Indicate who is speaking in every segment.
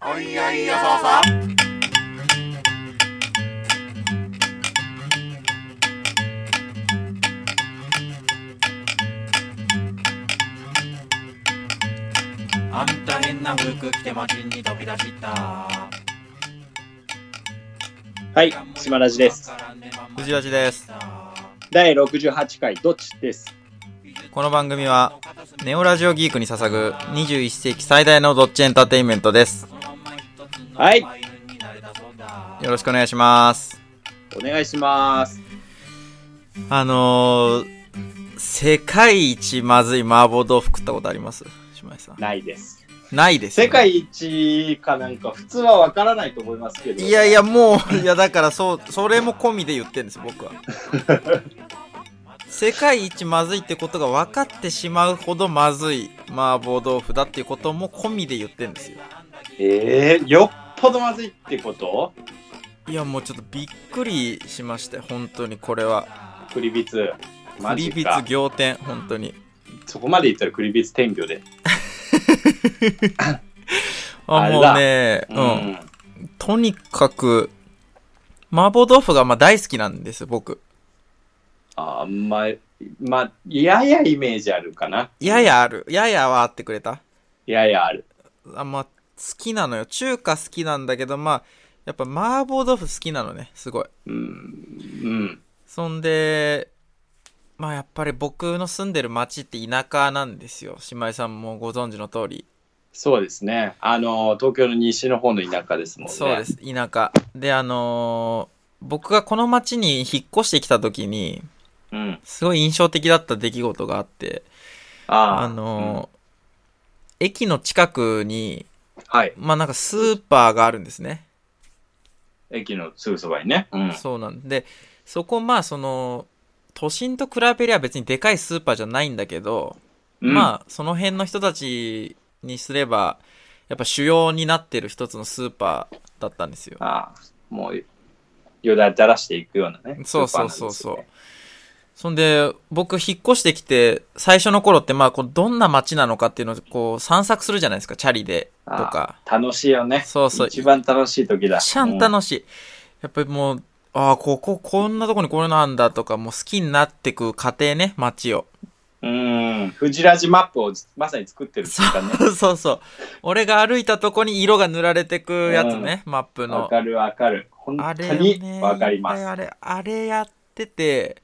Speaker 1: おいやいやそうそうあんた変な服着て街に飛び出した
Speaker 2: はい、島ラジです。
Speaker 3: 藤吉です。
Speaker 2: 第68回、どっちです。
Speaker 3: この番組は、ネオラジオギークに捧ぐ21世紀最大のドッジエンターテインメントです。
Speaker 2: はい、
Speaker 3: よろしくお願いします。
Speaker 2: お願いします。
Speaker 3: あのー、世界一まずい麻婆豆腐食ったことあります島井さん。
Speaker 2: ないです。
Speaker 3: ないです、ね。
Speaker 2: 世界一かなんか、普通はわからないと思いますけど。
Speaker 3: いやいや、もう、 いやだから、そう、それも込みで言ってるんですよ、僕は。 世界一まずいってことが分かってしまうほどまずい麻婆豆腐だっていうことも込みで言ってるんですよ。
Speaker 2: えー、よっぽどまずいってこと
Speaker 3: いや、もうちょっとびっくりしましたよ、本当にこれは。
Speaker 2: クリビツ。マ
Speaker 3: クリ
Speaker 2: ジ
Speaker 3: ビ
Speaker 2: か
Speaker 3: ツ。仰天本当に
Speaker 2: そこまで言ったらクリビツ天魚で。あ
Speaker 3: あ
Speaker 2: れ
Speaker 3: も
Speaker 2: だ
Speaker 3: うね、
Speaker 2: う
Speaker 3: うん、。とにかく麻婆豆腐がまあ大好きなんです僕
Speaker 2: あんま、まあ、ややイメージあるかな。
Speaker 3: や。やあるややはあってくれた
Speaker 2: ややある。
Speaker 3: あまあ好きなのよ中華好きなんだけどまあやっぱ麻婆豆腐好きなのねすごい
Speaker 2: うん。
Speaker 3: そんでまあやっぱり僕の住んでる町って田舎なんですよ姉妹さんもご存知の通り
Speaker 2: そうですね。あの、東京の西の方の田舎ですもんね。
Speaker 3: そうで。す田舎であのー僕がこの町に引っ越してきた時に
Speaker 2: うん。
Speaker 3: すごい印象的だった出来事があって、
Speaker 2: あー
Speaker 3: あの、駅の近くに、
Speaker 2: うんはい。
Speaker 3: まあなんかスーパーがあるんですね。
Speaker 2: 駅のすぐそばにね。うん。
Speaker 3: そうなんで、そこまあその、都心と比べりゃ別にでかいスーパーじゃないんだけど、
Speaker 2: あ、
Speaker 3: まあその辺の人たちにすれば、やっぱ主要になってる一つのスーパーだったんですよ。
Speaker 2: ああもう、よだれ垂らしていくようなね。
Speaker 3: そうそうそう
Speaker 2: スー
Speaker 3: そ
Speaker 2: パー
Speaker 3: う。
Speaker 2: なんですよね
Speaker 3: そんで、僕引っ越してきて、最初の頃ってまあこうどんな街なのかっていうのをこう散策するじゃないですか、チャリでとか。
Speaker 2: 楽しいよね。
Speaker 3: そうそう
Speaker 2: 一番楽しい時だ。
Speaker 3: ちゃん
Speaker 2: うん
Speaker 3: 楽しい。やっぱりもう、ああ、ここ、こんなとこにこれなんだとか、もう好きになってく過程ね、街を。
Speaker 2: うん。藤ラジマップをまさに作ってる時間ね。
Speaker 3: そうそう。俺が歩いたとこに色が塗られてくやつね、マップ
Speaker 2: わ
Speaker 3: の。
Speaker 2: かるわかる。本
Speaker 3: あ
Speaker 2: 当
Speaker 3: れ
Speaker 2: に
Speaker 3: ね、
Speaker 2: わかりま
Speaker 3: いっ
Speaker 2: す。
Speaker 3: ぱいあれ、あれやってて、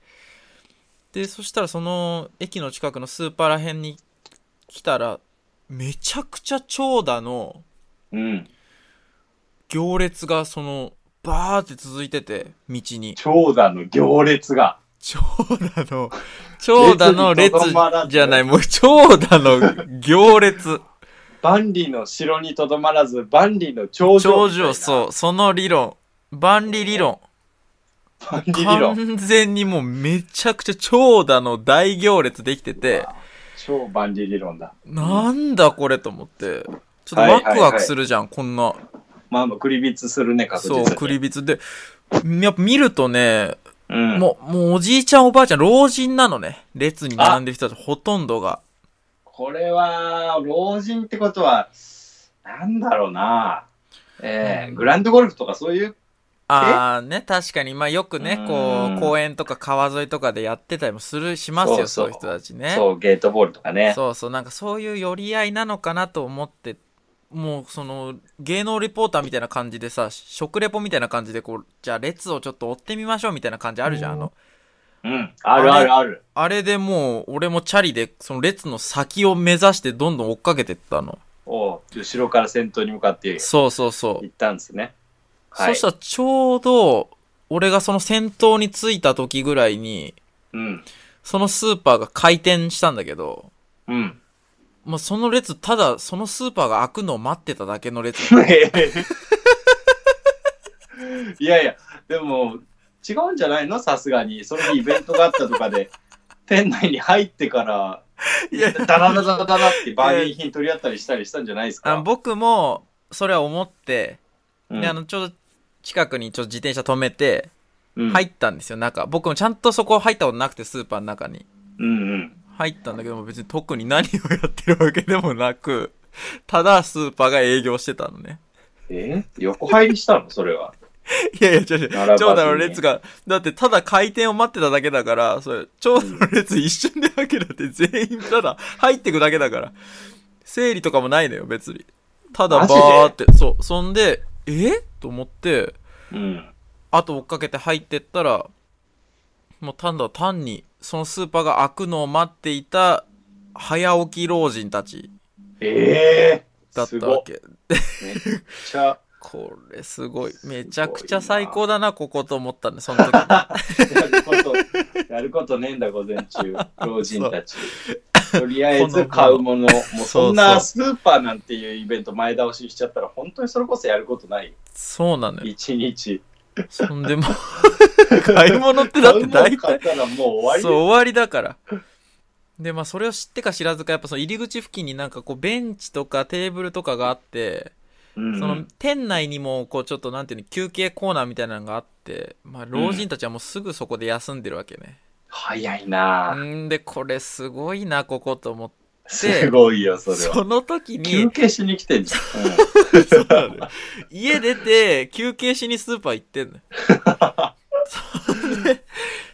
Speaker 3: で、そしたらその駅の近くのスーパーら辺に来たら、めちゃくちゃ長蛇の
Speaker 2: うん。
Speaker 3: 行列がその、バーって続いてて、道に。
Speaker 2: 長蛇の行列が。
Speaker 3: 長蛇の、長蛇の列
Speaker 2: 列にとどまらず
Speaker 3: じゃない、もう長蛇の行列。
Speaker 2: 万里の城にとどまらず、万里の頂上
Speaker 3: 長
Speaker 2: みたいな。
Speaker 3: 寿、そう、その理論。万里理論。
Speaker 2: 万里理論。
Speaker 3: 完全にもうめちゃくちゃ長蛇の大行列できてて、
Speaker 2: 超万里理論だ。
Speaker 3: なんだこれと思って、ちょっと
Speaker 2: はいは
Speaker 3: ワ
Speaker 2: いはい
Speaker 3: クワクするじゃん、こんな。
Speaker 2: まあまあ、クリビツするね、確実
Speaker 3: そう、
Speaker 2: に。
Speaker 3: クリビツで。やっぱ見るとね、
Speaker 2: うん、
Speaker 3: もう、もうおじいちゃんおばあちゃん、老人なのね。列に並んでる人たちほとんどが。
Speaker 2: これは、老人ってことは、なんだろうな。えー
Speaker 3: うん
Speaker 2: グランドゴルフとかそういう、
Speaker 3: ああね、確かに、まあよくね
Speaker 2: う、
Speaker 3: こ
Speaker 2: ん
Speaker 3: う、公園とか川沿いとかでやってたりもする、します
Speaker 2: そ
Speaker 3: よ、
Speaker 2: そ
Speaker 3: そう
Speaker 2: う
Speaker 3: ういう人たちね。
Speaker 2: そう、ゲートボールとかね。
Speaker 3: そうそう、なんかそういう寄り合いなのかなと思って、もうその、芸能リポーターみたいな感じでさ、食レポみたいな感じで、こう、じゃあ列をちょっと追ってみましょうみたいな感じあるじゃん、あの。
Speaker 2: うん。あるあるある。
Speaker 3: あれでもう、俺もチャリで、その列の先を目指してどんどん追っかけてったの。
Speaker 2: おう後ろから先頭に向かって
Speaker 3: そうそうそう
Speaker 2: 行。ったんですね。は
Speaker 3: そ
Speaker 2: い。
Speaker 3: したらちょうど、俺がその先頭に着いた時ぐらいに、
Speaker 2: うん。
Speaker 3: そのスーパーが開店したんだけど、
Speaker 2: うん。
Speaker 3: まあ、その列、ただ、そのスーパーが開くのを待ってただけの列。
Speaker 2: いやいや、でも、違うんじゃないのさすがに。その日イベントがあったとか で、店内に入ってから、
Speaker 3: いや
Speaker 2: ダラダラダラってバーゲン品取り合ったりしたりしたんじゃないです
Speaker 3: あ
Speaker 2: か。
Speaker 3: の僕も、それは思って、
Speaker 2: うん
Speaker 3: であの、ちょうど近くにちょっと自転車止めて、
Speaker 2: うん
Speaker 3: 入ったんですよ、中。僕もちゃんとそこ入ったことなくて、スーパーの中に。
Speaker 2: うんうん。
Speaker 3: 入ったんだけども、別に特に何をやってるわけでもなく、ただスーパーが営業してたのね。
Speaker 2: え横入りしたのそれは。
Speaker 3: いやいや、ちょ、ちょ、
Speaker 2: 並ばずに
Speaker 3: 長蛇の列が、だってただ回転を待ってただけだから、それ、長蛇の列一瞬で開けるって全員ただ入ってくだけだから。整理とかもないのよ、別に。ただバ
Speaker 2: マジで
Speaker 3: ーって、そう。そんで、えと思って、
Speaker 2: うん。
Speaker 3: 後追っかけて入ってったら、もう単だ単に、そのスーパーが開くのを待っていた、早起き老人たち
Speaker 2: ええ
Speaker 3: だった
Speaker 2: す
Speaker 3: わ
Speaker 2: ご
Speaker 3: け。
Speaker 2: めっちゃ、
Speaker 3: これすごい。
Speaker 2: すごいな
Speaker 3: めちゃくちゃ最高だな、ここと思ったんで、そ の時に。
Speaker 2: やること、 やることねえんだ、午前中。老人たち。とりあえず買うもの。もうそんなスーパーなんていうイベント前倒ししちゃったら、本当にそれこそやることない。
Speaker 3: そうなのよ。
Speaker 2: 一日。
Speaker 3: そんでも う買い物ってだって
Speaker 2: 買うも
Speaker 3: 大
Speaker 2: ん買っ
Speaker 3: 体
Speaker 2: たらもう終
Speaker 3: そう
Speaker 2: わ
Speaker 3: 終わりだからでまあそれを知ってか知らずかやっぱその入り口付近になんかこうベンチとかテーブルとかがあって、
Speaker 2: り。うん
Speaker 3: その店内にもこうちょっとなんていうの休憩コーナーみたいなのがあってまあ老人たちはもうすぐそこで休んでるわけね、
Speaker 2: 早いなあ
Speaker 3: んでこれすごいなここと思って
Speaker 2: すごいよ、それ
Speaker 3: そ
Speaker 2: は。
Speaker 3: の時に
Speaker 2: 休憩しに来てんじゃん。うん
Speaker 3: そうなのよ家出て休憩しにスーパー行ってんの よそれで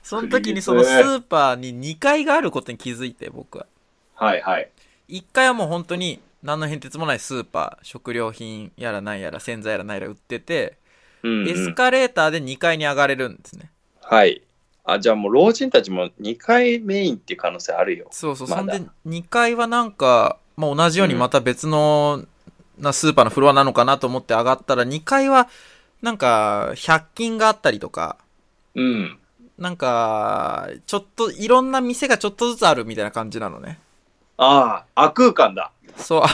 Speaker 3: その時にそのスーパーに2階があることに気づいて僕は
Speaker 2: はいはい。
Speaker 3: 1階はもう本当に何の変哲もないスーパー食料品やらなんやら洗剤やらなんやら売ってて、
Speaker 2: うんうん
Speaker 3: エスカレーターで2階に上がれるんですね
Speaker 2: はい。あ、じゃあもう老人たちも2回メインっていう可能性あるよ。
Speaker 3: そうそう、
Speaker 2: ま
Speaker 3: そん
Speaker 2: だ
Speaker 3: で2階はなんか、まあ、同じようにまた別の、なスーパーのフロアなのかなと思って上がったら2階はなんか100均があったりとか
Speaker 2: うん。
Speaker 3: なんか、ちょっと、いろんな店がちょっとずつあるみたいな感じなのね。
Speaker 2: ああ、あ空間だ。
Speaker 3: そう、あ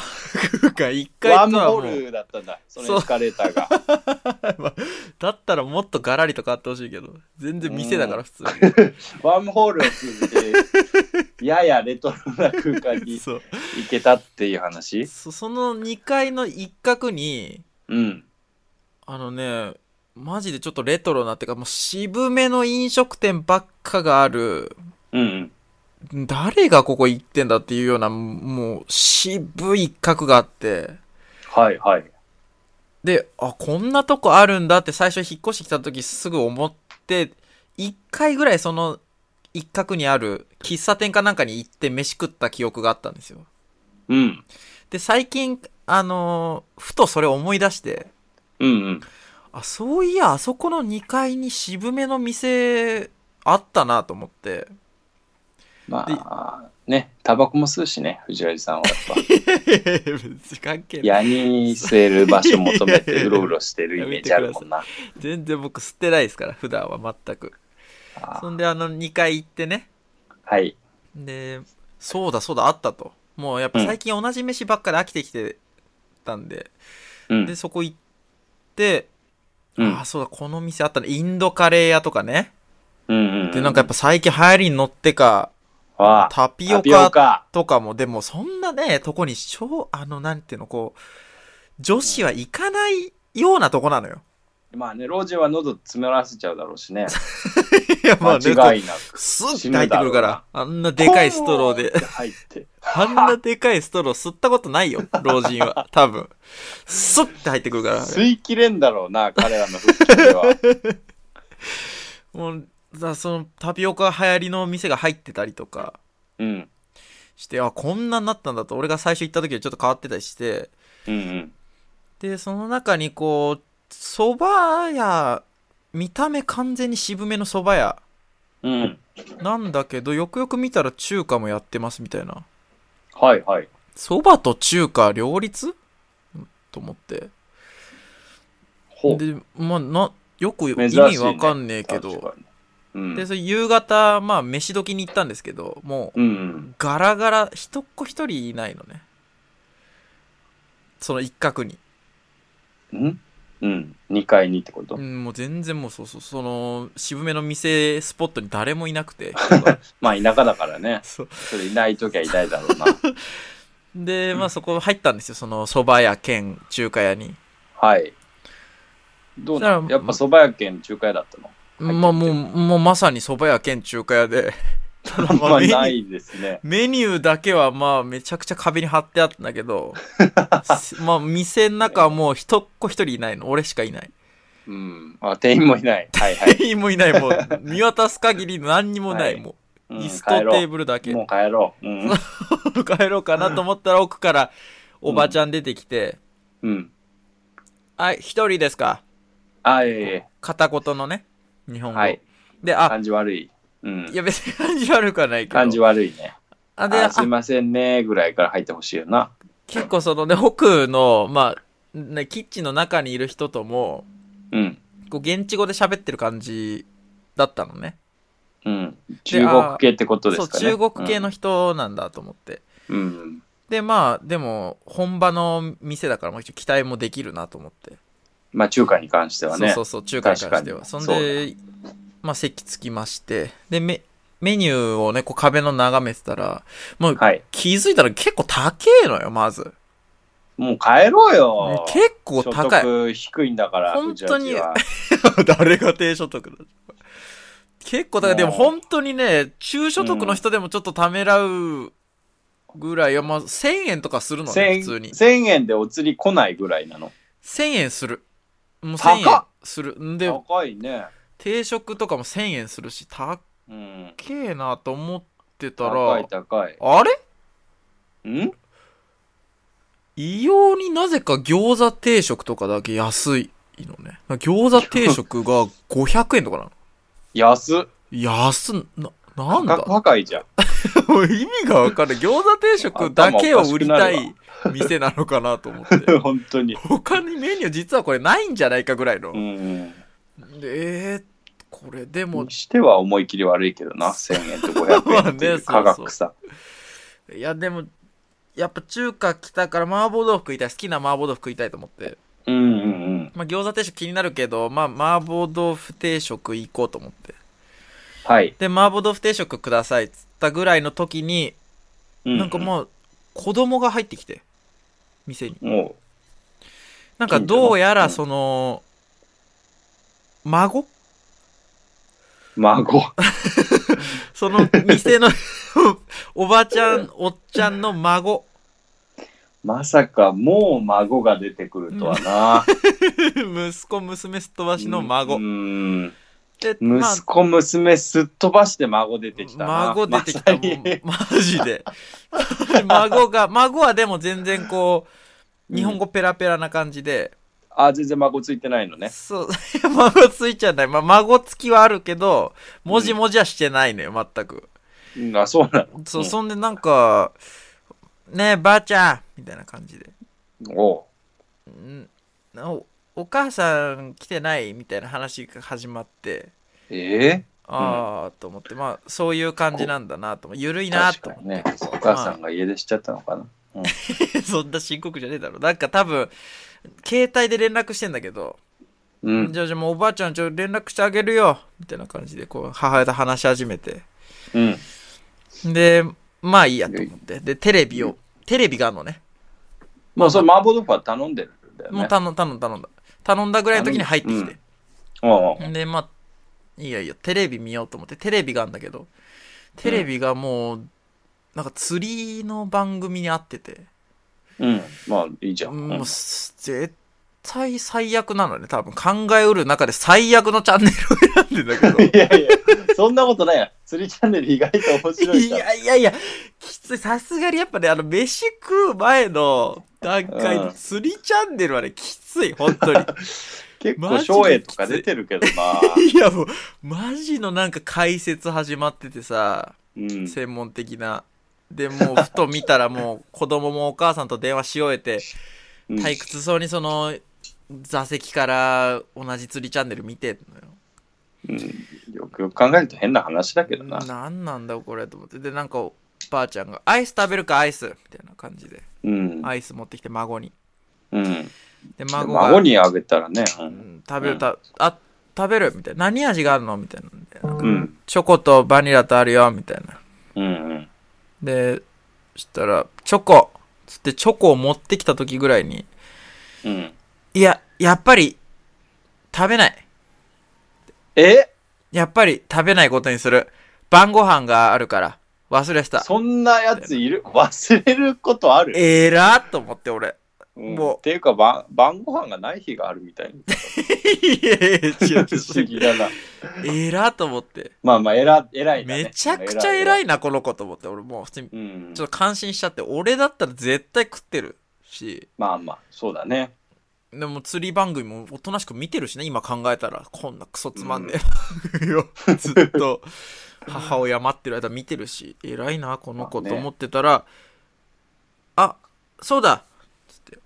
Speaker 3: 空間一
Speaker 2: ワー
Speaker 3: 回
Speaker 2: ム
Speaker 3: とは
Speaker 2: ホ
Speaker 3: も
Speaker 2: ー
Speaker 3: う、
Speaker 2: ルだったんだ。そ
Speaker 3: そう
Speaker 2: のエスカレーターが。
Speaker 3: だったらもっとガラリと変わってほしいけど、全然店だか
Speaker 2: う
Speaker 3: ら
Speaker 2: ん
Speaker 3: 普通に。
Speaker 2: ワームホールを通じて、ややレトロな空間に
Speaker 3: そう
Speaker 2: 行けたっていう話
Speaker 3: そ。その2階の一角に、
Speaker 2: うん。
Speaker 3: あのね、マジでちょっとレトロなっていうか、もう渋めの飲食店ばっかがある、
Speaker 2: うんうん。
Speaker 3: 誰がここ行ってんだっていうような、もう渋い一角があって、
Speaker 2: はいはい。
Speaker 3: で、あ、こんなとこあるんだって最初引っ越してきた時すぐ思って、一回ぐらいその一角にある喫茶店かなんかに行って飯食った記憶があったんですよ。
Speaker 2: うん。
Speaker 3: で、最近、あのーふとそれを思い出して、
Speaker 2: うんうん。
Speaker 3: あ、そういや、あそこの2階に渋めの店あったなと思って。
Speaker 2: まあ、ね、タバコも吸うしね、藤原さんはやっ ぱ。
Speaker 3: 別に関係ない。
Speaker 2: 矢に吸える場所求めてうろうろしてるイメージあるもんな。
Speaker 3: 全然僕吸ってないですから、普段は全く。
Speaker 2: あ
Speaker 3: そんであの2階行ってね、
Speaker 2: はい。
Speaker 3: でそうだそうだあったともうやっぱ最近同じ飯ばっかり飽きてきてたんで、
Speaker 2: うん
Speaker 3: で。そこ行って、
Speaker 2: うん
Speaker 3: ああそうだこの店あったねインドカレー屋とかね、
Speaker 2: うんうん。
Speaker 3: でなんかやっぱ最近流行りに乗ってか
Speaker 2: ああ
Speaker 3: タピ
Speaker 2: タ
Speaker 3: オ
Speaker 2: ピオ
Speaker 3: カ
Speaker 2: カ。
Speaker 3: とかもでもそんなねとこに超あのなんていうのこう女子は行かないようなとこなのよ
Speaker 2: まあね、老人は喉詰まらせちゃうだろうしね。
Speaker 3: いや まあね
Speaker 2: 間違いなく。
Speaker 3: スッて入ってくるからあん なでかいストローで
Speaker 2: ポンって入って。
Speaker 3: あんなでかいストロー吸ったことない よ、老人は。多分。スッて入ってくるから。
Speaker 2: 吸い切れんだろうな、彼らの腹筋では。
Speaker 3: もう、だそのタピオカ流行りの店が入ってたりとか
Speaker 2: うん。
Speaker 3: して、あ、こんなになったんだと、俺が最初行った時よりちょっと変わってたりして、
Speaker 2: うんうん。
Speaker 3: で、その中にこう、蕎麦屋、見た目完全に渋めの蕎麦屋
Speaker 2: うん。
Speaker 3: なんだけど、よくよく見たら中華もやってますみたいな。
Speaker 2: はいはい。
Speaker 3: 蕎麦と中華両立んと思って。
Speaker 2: ほう。
Speaker 3: で、まあ、な、よく意
Speaker 2: 珍しい
Speaker 3: 味
Speaker 2: ね
Speaker 3: わかんねえけど、
Speaker 2: 確かに。うん。
Speaker 3: で、それ夕方、まあ、飯時に行ったんですけど、も
Speaker 2: うんう
Speaker 3: う、
Speaker 2: ん。
Speaker 3: ガラガラ、一っ子一人いないのね。その一角に。
Speaker 2: うんうん。2階にってこと、
Speaker 3: うん、もう全然もうそうそう、その、渋めの店スポットに誰もいなくて。人が
Speaker 2: まあ田舎だからね。
Speaker 3: そう
Speaker 2: それいないときはいないだろうな。
Speaker 3: で、まあそこ入ったんですよ、その蕎麦屋兼中華屋に。
Speaker 2: はい。どうなの
Speaker 3: そした
Speaker 2: や
Speaker 3: ら
Speaker 2: っぱ蕎麦屋県中華屋だったの
Speaker 3: まあもう、もうまさに蕎麦屋兼中華屋で、ただ
Speaker 2: あん
Speaker 3: まあ
Speaker 2: ま
Speaker 3: メニュ
Speaker 2: な
Speaker 3: ー
Speaker 2: いですね。
Speaker 3: メニューだけはまあめちゃくちゃ壁に貼ってあったんだけ ど、まあ店の中はもう一っ子一人いないの。俺しかいない。
Speaker 2: うん。あ、店員もいない。はいはい。
Speaker 3: 店員もいない。もう見渡す限り何にもない。
Speaker 2: はい
Speaker 3: も
Speaker 2: う
Speaker 3: う
Speaker 2: ん
Speaker 3: 椅子と
Speaker 2: 帰ろ
Speaker 3: テーブルだ
Speaker 2: う。
Speaker 3: け。
Speaker 2: もう帰ろう。 うん。
Speaker 3: 帰ろうかなと思ったら奥からおばちゃん出てきて、
Speaker 2: うん。
Speaker 3: あ、一人ですか。
Speaker 2: あ、いえいえ。
Speaker 3: 片言のね。日本語。
Speaker 2: はい。
Speaker 3: で、あ、
Speaker 2: 感じ悪い。うん
Speaker 3: い。や別に感じ悪くはないけど。
Speaker 2: 感じ悪いね。
Speaker 3: あで、
Speaker 2: あ、すい
Speaker 3: あ
Speaker 2: ませんね。ぐらいから入ってほしいよな。
Speaker 3: 結構そのね、奥の、まあ、ね、キッチンの中にいる人とも、
Speaker 2: うん。
Speaker 3: こう現地語で喋ってる感じだったのね。
Speaker 2: うん。中国系ってことで
Speaker 3: そう、
Speaker 2: すかね。
Speaker 3: 中国系の人なんだと思って。
Speaker 2: うん。うん。
Speaker 3: で、まあ、でも、本場の店だから、もう一応期待もできるなと思って。
Speaker 2: まあ中華に関してはね。
Speaker 3: そうそうそう、中華に関しては。
Speaker 2: 確か
Speaker 3: そ
Speaker 2: に
Speaker 3: んで、まあ、席つきまして。で、メメニューをね、こう壁の眺めてたら、もう、
Speaker 2: はい。
Speaker 3: 気づいたら結構高えのよ、まず。
Speaker 2: もう帰ろうよ。
Speaker 3: 結構高い。
Speaker 2: 所得低いんだから、
Speaker 3: 本当に
Speaker 2: うちは
Speaker 3: 誰が低所得だ結構だからでも
Speaker 2: もう
Speaker 3: 本当にね中所得の人でもちょっとためらうぐらい、まあ、1000円とかするのね
Speaker 2: 千
Speaker 3: 普通に1000
Speaker 2: 1000円でお釣り来ないぐらいなの。
Speaker 3: 円するもう1000
Speaker 2: 高っ
Speaker 3: 円するんで
Speaker 2: 高いね。
Speaker 3: 定食とかも1000円するし高
Speaker 2: うん。
Speaker 3: えなと思ってた
Speaker 2: 高い
Speaker 3: ら
Speaker 2: 高い。
Speaker 3: あれ
Speaker 2: ん
Speaker 3: 異様になぜか餃子定食とかだけ安いのね餃子定食が500円とかなの
Speaker 2: 安っ。
Speaker 3: 安っななん
Speaker 2: 価
Speaker 3: だ
Speaker 2: 格破壊じゃん。
Speaker 3: もう意味がわかんない。餃子定食だけを売りたい店なのかなと思 って。
Speaker 2: 本当に。
Speaker 3: 他にメニュー実はこれないんじゃないかぐらいの
Speaker 2: う。ん。
Speaker 3: でえー、これでも
Speaker 2: に、しては思い切り悪いけどな。1000円と500円って いう価格差。
Speaker 3: いやでも、やっぱ中華来たから麻婆豆腐食いたい。好きな麻婆豆腐食いたいと思って。
Speaker 2: うんうんうん。
Speaker 3: まあ餃子定食気になるけど、まあ麻婆豆腐定食行こうと思って。
Speaker 2: はい。
Speaker 3: で、麻婆豆腐定食くださいっつったぐらいの時に、
Speaker 2: う
Speaker 3: なんかもう子供が入ってきて、店に。
Speaker 2: う。も
Speaker 3: なんかどうやらその、孫
Speaker 2: う、孫。
Speaker 3: その店の おばちゃん、おっちゃんの孫。
Speaker 2: まさか、もう孫が出てくるとは な。
Speaker 3: 息子、娘すっ飛ばしの孫。
Speaker 2: うん。
Speaker 3: で、まあ
Speaker 2: 息子、娘、すっ飛ばして孫出てきたな。
Speaker 3: 孫出てきたも
Speaker 2: まさに
Speaker 3: ん、マジで。 孫が、孫はでも全然こう、日本語ペラペラな感じで、
Speaker 2: あ、全然孫ついてないのね。
Speaker 3: そう、 孫ついちゃない。まあ、孫つきはあるけど、もじもじはしてないのよ、全く。
Speaker 2: うん、あ、そうな
Speaker 3: そうう、
Speaker 2: ん
Speaker 3: そんでなんか、ねえ、ばあちゃんみたいな感じで。
Speaker 2: の。お
Speaker 3: んおお母さん来てないみたいな話が始まっ
Speaker 2: う
Speaker 3: て
Speaker 2: え
Speaker 3: ああ、と思ってまあそういう感じなんだなと思ってゆ るい
Speaker 2: え
Speaker 3: な
Speaker 2: 確
Speaker 3: と
Speaker 2: か
Speaker 3: 思
Speaker 2: にね。お
Speaker 3: う
Speaker 2: 母さんが家出しちゃったのかな。
Speaker 3: ってそんな深刻じゃねえだろなんか多分携帯で連絡してんだけど、
Speaker 2: うん。
Speaker 3: じゃあじゃあもうおばあちゃんちょ連絡してあげるよみたいな感じでこう母親と話し始めて
Speaker 2: うん。
Speaker 3: でまあいいやと思ってでテレビをテレビがあるのね
Speaker 2: もうそれ、麻婆豆腐は頼んでるんだよね。
Speaker 3: もう頼ん頼ん頼んだ頼んだぐらいの時に入ってきて、
Speaker 2: おうおう
Speaker 3: で、まあ、いやいや、テレビ見ようと思って、テレビがあるんだけど、テレビがもう、なんか釣りの番組に合ってて、
Speaker 2: うん。まあ、いいじゃん。うん
Speaker 3: もう、す絶対最悪なのね、多分考えうる中で最悪のチャンネルを選んでんだけ
Speaker 2: いやいや、そんなことないや。釣りチャンネル意外と面
Speaker 3: ど。
Speaker 2: 白い
Speaker 3: い
Speaker 2: から。
Speaker 3: やいやいや、きつい、さすがにやっぱね、あの、飯食う前の段階
Speaker 2: う
Speaker 3: で
Speaker 2: ん
Speaker 3: 釣りチャンネルはね、きつい、本当に。
Speaker 2: 結
Speaker 3: マ
Speaker 2: 構、
Speaker 3: ジで
Speaker 2: 照英とか出てるけどな。
Speaker 3: いやもう、マジのなんか解説始まっててさ、
Speaker 2: うん。
Speaker 3: 専門的な。で、もうふと見たらもう子供もお母さんと電話し終えて、
Speaker 2: うん
Speaker 3: 退屈そうにその座席から同じ釣りチャンネル見てんのよ。
Speaker 2: うんよくよく考えると変な話だけどな。
Speaker 3: なんなんだこれと思って。で、なんかばあちゃんがアイス食べるかアイスみたいな感じで。
Speaker 2: うん。
Speaker 3: アイス持ってきて孫に。
Speaker 2: うん。
Speaker 3: で、
Speaker 2: 孫
Speaker 3: 孫が。
Speaker 2: にあげたらね。う
Speaker 3: うんん食べるた、あ、食べるみたいな。何味があるのみたいなんで。なんか
Speaker 2: うん。
Speaker 3: チョコとバニラとあるよみたいな。
Speaker 2: うん。
Speaker 3: で、そしたら、チョコつってチョコを持ってきた時ぐらいに、
Speaker 2: うん。
Speaker 3: いや、やっぱり、食べない。
Speaker 2: え
Speaker 3: やっぱり食べないことにする。晩ご飯があるから、忘れてた。
Speaker 2: そんなやついる忘れることある、
Speaker 3: えらーっと思って、俺。
Speaker 2: うん
Speaker 3: もう
Speaker 2: っていうか晩晩ご飯がない日があるみたいな
Speaker 3: いやいや、違う
Speaker 2: 不思議だな
Speaker 3: えらーと思って。
Speaker 2: まあまあ偉偉いな、ね、
Speaker 3: めちゃくちゃ偉
Speaker 2: い、
Speaker 3: いな、この子と思って。俺もう普通に、
Speaker 2: うん、
Speaker 3: ちょっと感心しちゃって、俺だったら絶対食ってるし、
Speaker 2: まあまあそうだね
Speaker 3: でも釣り番組もおとなしく見てるしね、今考えたら、こんなクソつまんねえ、 よずっと、母親待ってる間見てるし、偉いな、この子
Speaker 2: まあね
Speaker 3: と思ってたら、あ、そうだつって、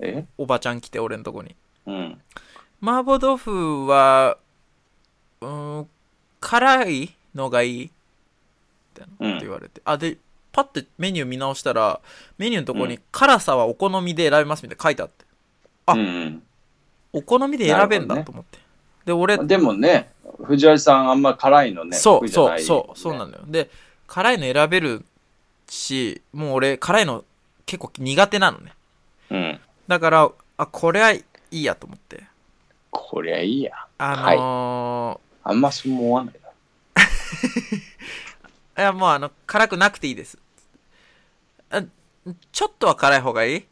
Speaker 2: え
Speaker 3: おばちゃん来て、俺のとこに。
Speaker 2: うん
Speaker 3: 麻婆豆腐は、うーん、辛いのがいいって
Speaker 2: うん
Speaker 3: 言われて。あ、で、パッてメニュー見直したら、メニューのところに辛さはお好みで選べますみたいな書いてあって、あ
Speaker 2: うんうん
Speaker 3: お好みで選べん
Speaker 2: な
Speaker 3: だ
Speaker 2: る
Speaker 3: と
Speaker 2: ほ
Speaker 3: 思って。で、俺、
Speaker 2: でもね、藤原さんあんま辛いのね、
Speaker 3: そ
Speaker 2: 得
Speaker 3: う
Speaker 2: 意じゃ
Speaker 3: そ
Speaker 2: な
Speaker 3: う
Speaker 2: い
Speaker 3: そうそうな
Speaker 2: の。
Speaker 3: のよで辛いの選べるしもう俺辛いの結構苦手なのね
Speaker 2: うん。
Speaker 3: だからあこれはいいやと思って
Speaker 2: こりゃいいや。
Speaker 3: あの
Speaker 2: あんまそう思わないな。
Speaker 3: ーい、やもうあの辛くなくていいですあちょっとは辛い方がいい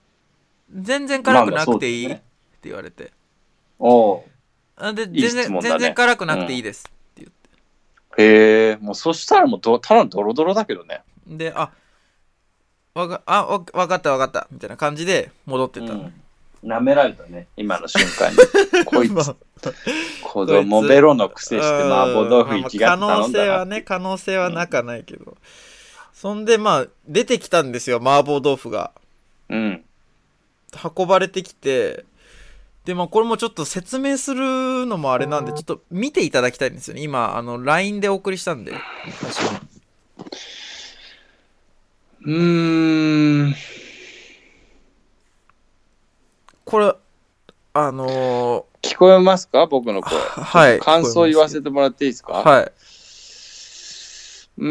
Speaker 3: 全然辛くなくていい、
Speaker 2: まあまあそうですね
Speaker 3: って言われて
Speaker 2: おう
Speaker 3: あで全
Speaker 2: いい
Speaker 3: 然
Speaker 2: 質問だね
Speaker 3: 全然辛くなくていいです、って言って
Speaker 2: へえ、もうそしたらもうどただのドロドロだけどね。
Speaker 3: であわがあわわかったわかったみたいな感じで戻ってた、
Speaker 2: うん舐められたね、今の瞬間に。 こい
Speaker 3: ま
Speaker 2: つ
Speaker 3: あ、
Speaker 2: 子供ベロのくせして麻婆豆腐行きがって
Speaker 3: 可
Speaker 2: 頼
Speaker 3: 能
Speaker 2: ん
Speaker 3: 性
Speaker 2: だ
Speaker 3: は
Speaker 2: な。
Speaker 3: ね可能性はなかないけど、そんでまあ出てきたんですよ麻婆豆腐が
Speaker 2: うん。
Speaker 3: 運ばれてきてでまあこれもちょっと説明するのもあれなんでちょっと見ていただきたいんですよね今あの LINE でお送りしたんで
Speaker 2: うーん。
Speaker 3: これあの
Speaker 2: 聞こえますか僕の声。
Speaker 3: ー、はい
Speaker 2: 感想言わせ
Speaker 3: て
Speaker 2: てもらっていいですか
Speaker 3: はいう
Speaker 2: ー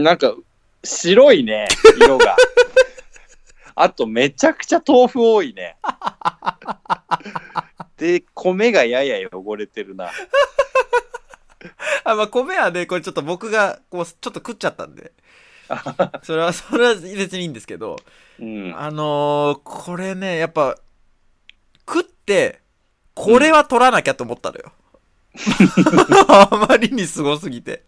Speaker 2: ん、なんか、白いね、色 が。あと、めちゃくちゃ豆腐多いね。で、米がやや汚れてるな。
Speaker 3: あまあ米はねこれちょっと僕がこうちょっと食っちゃったんで それはそれは別にいいんですけど
Speaker 2: うん。
Speaker 3: あのー、これね、やっぱ、食って、これは取らなきゃと思ったの よ。あまりにすごすぎて。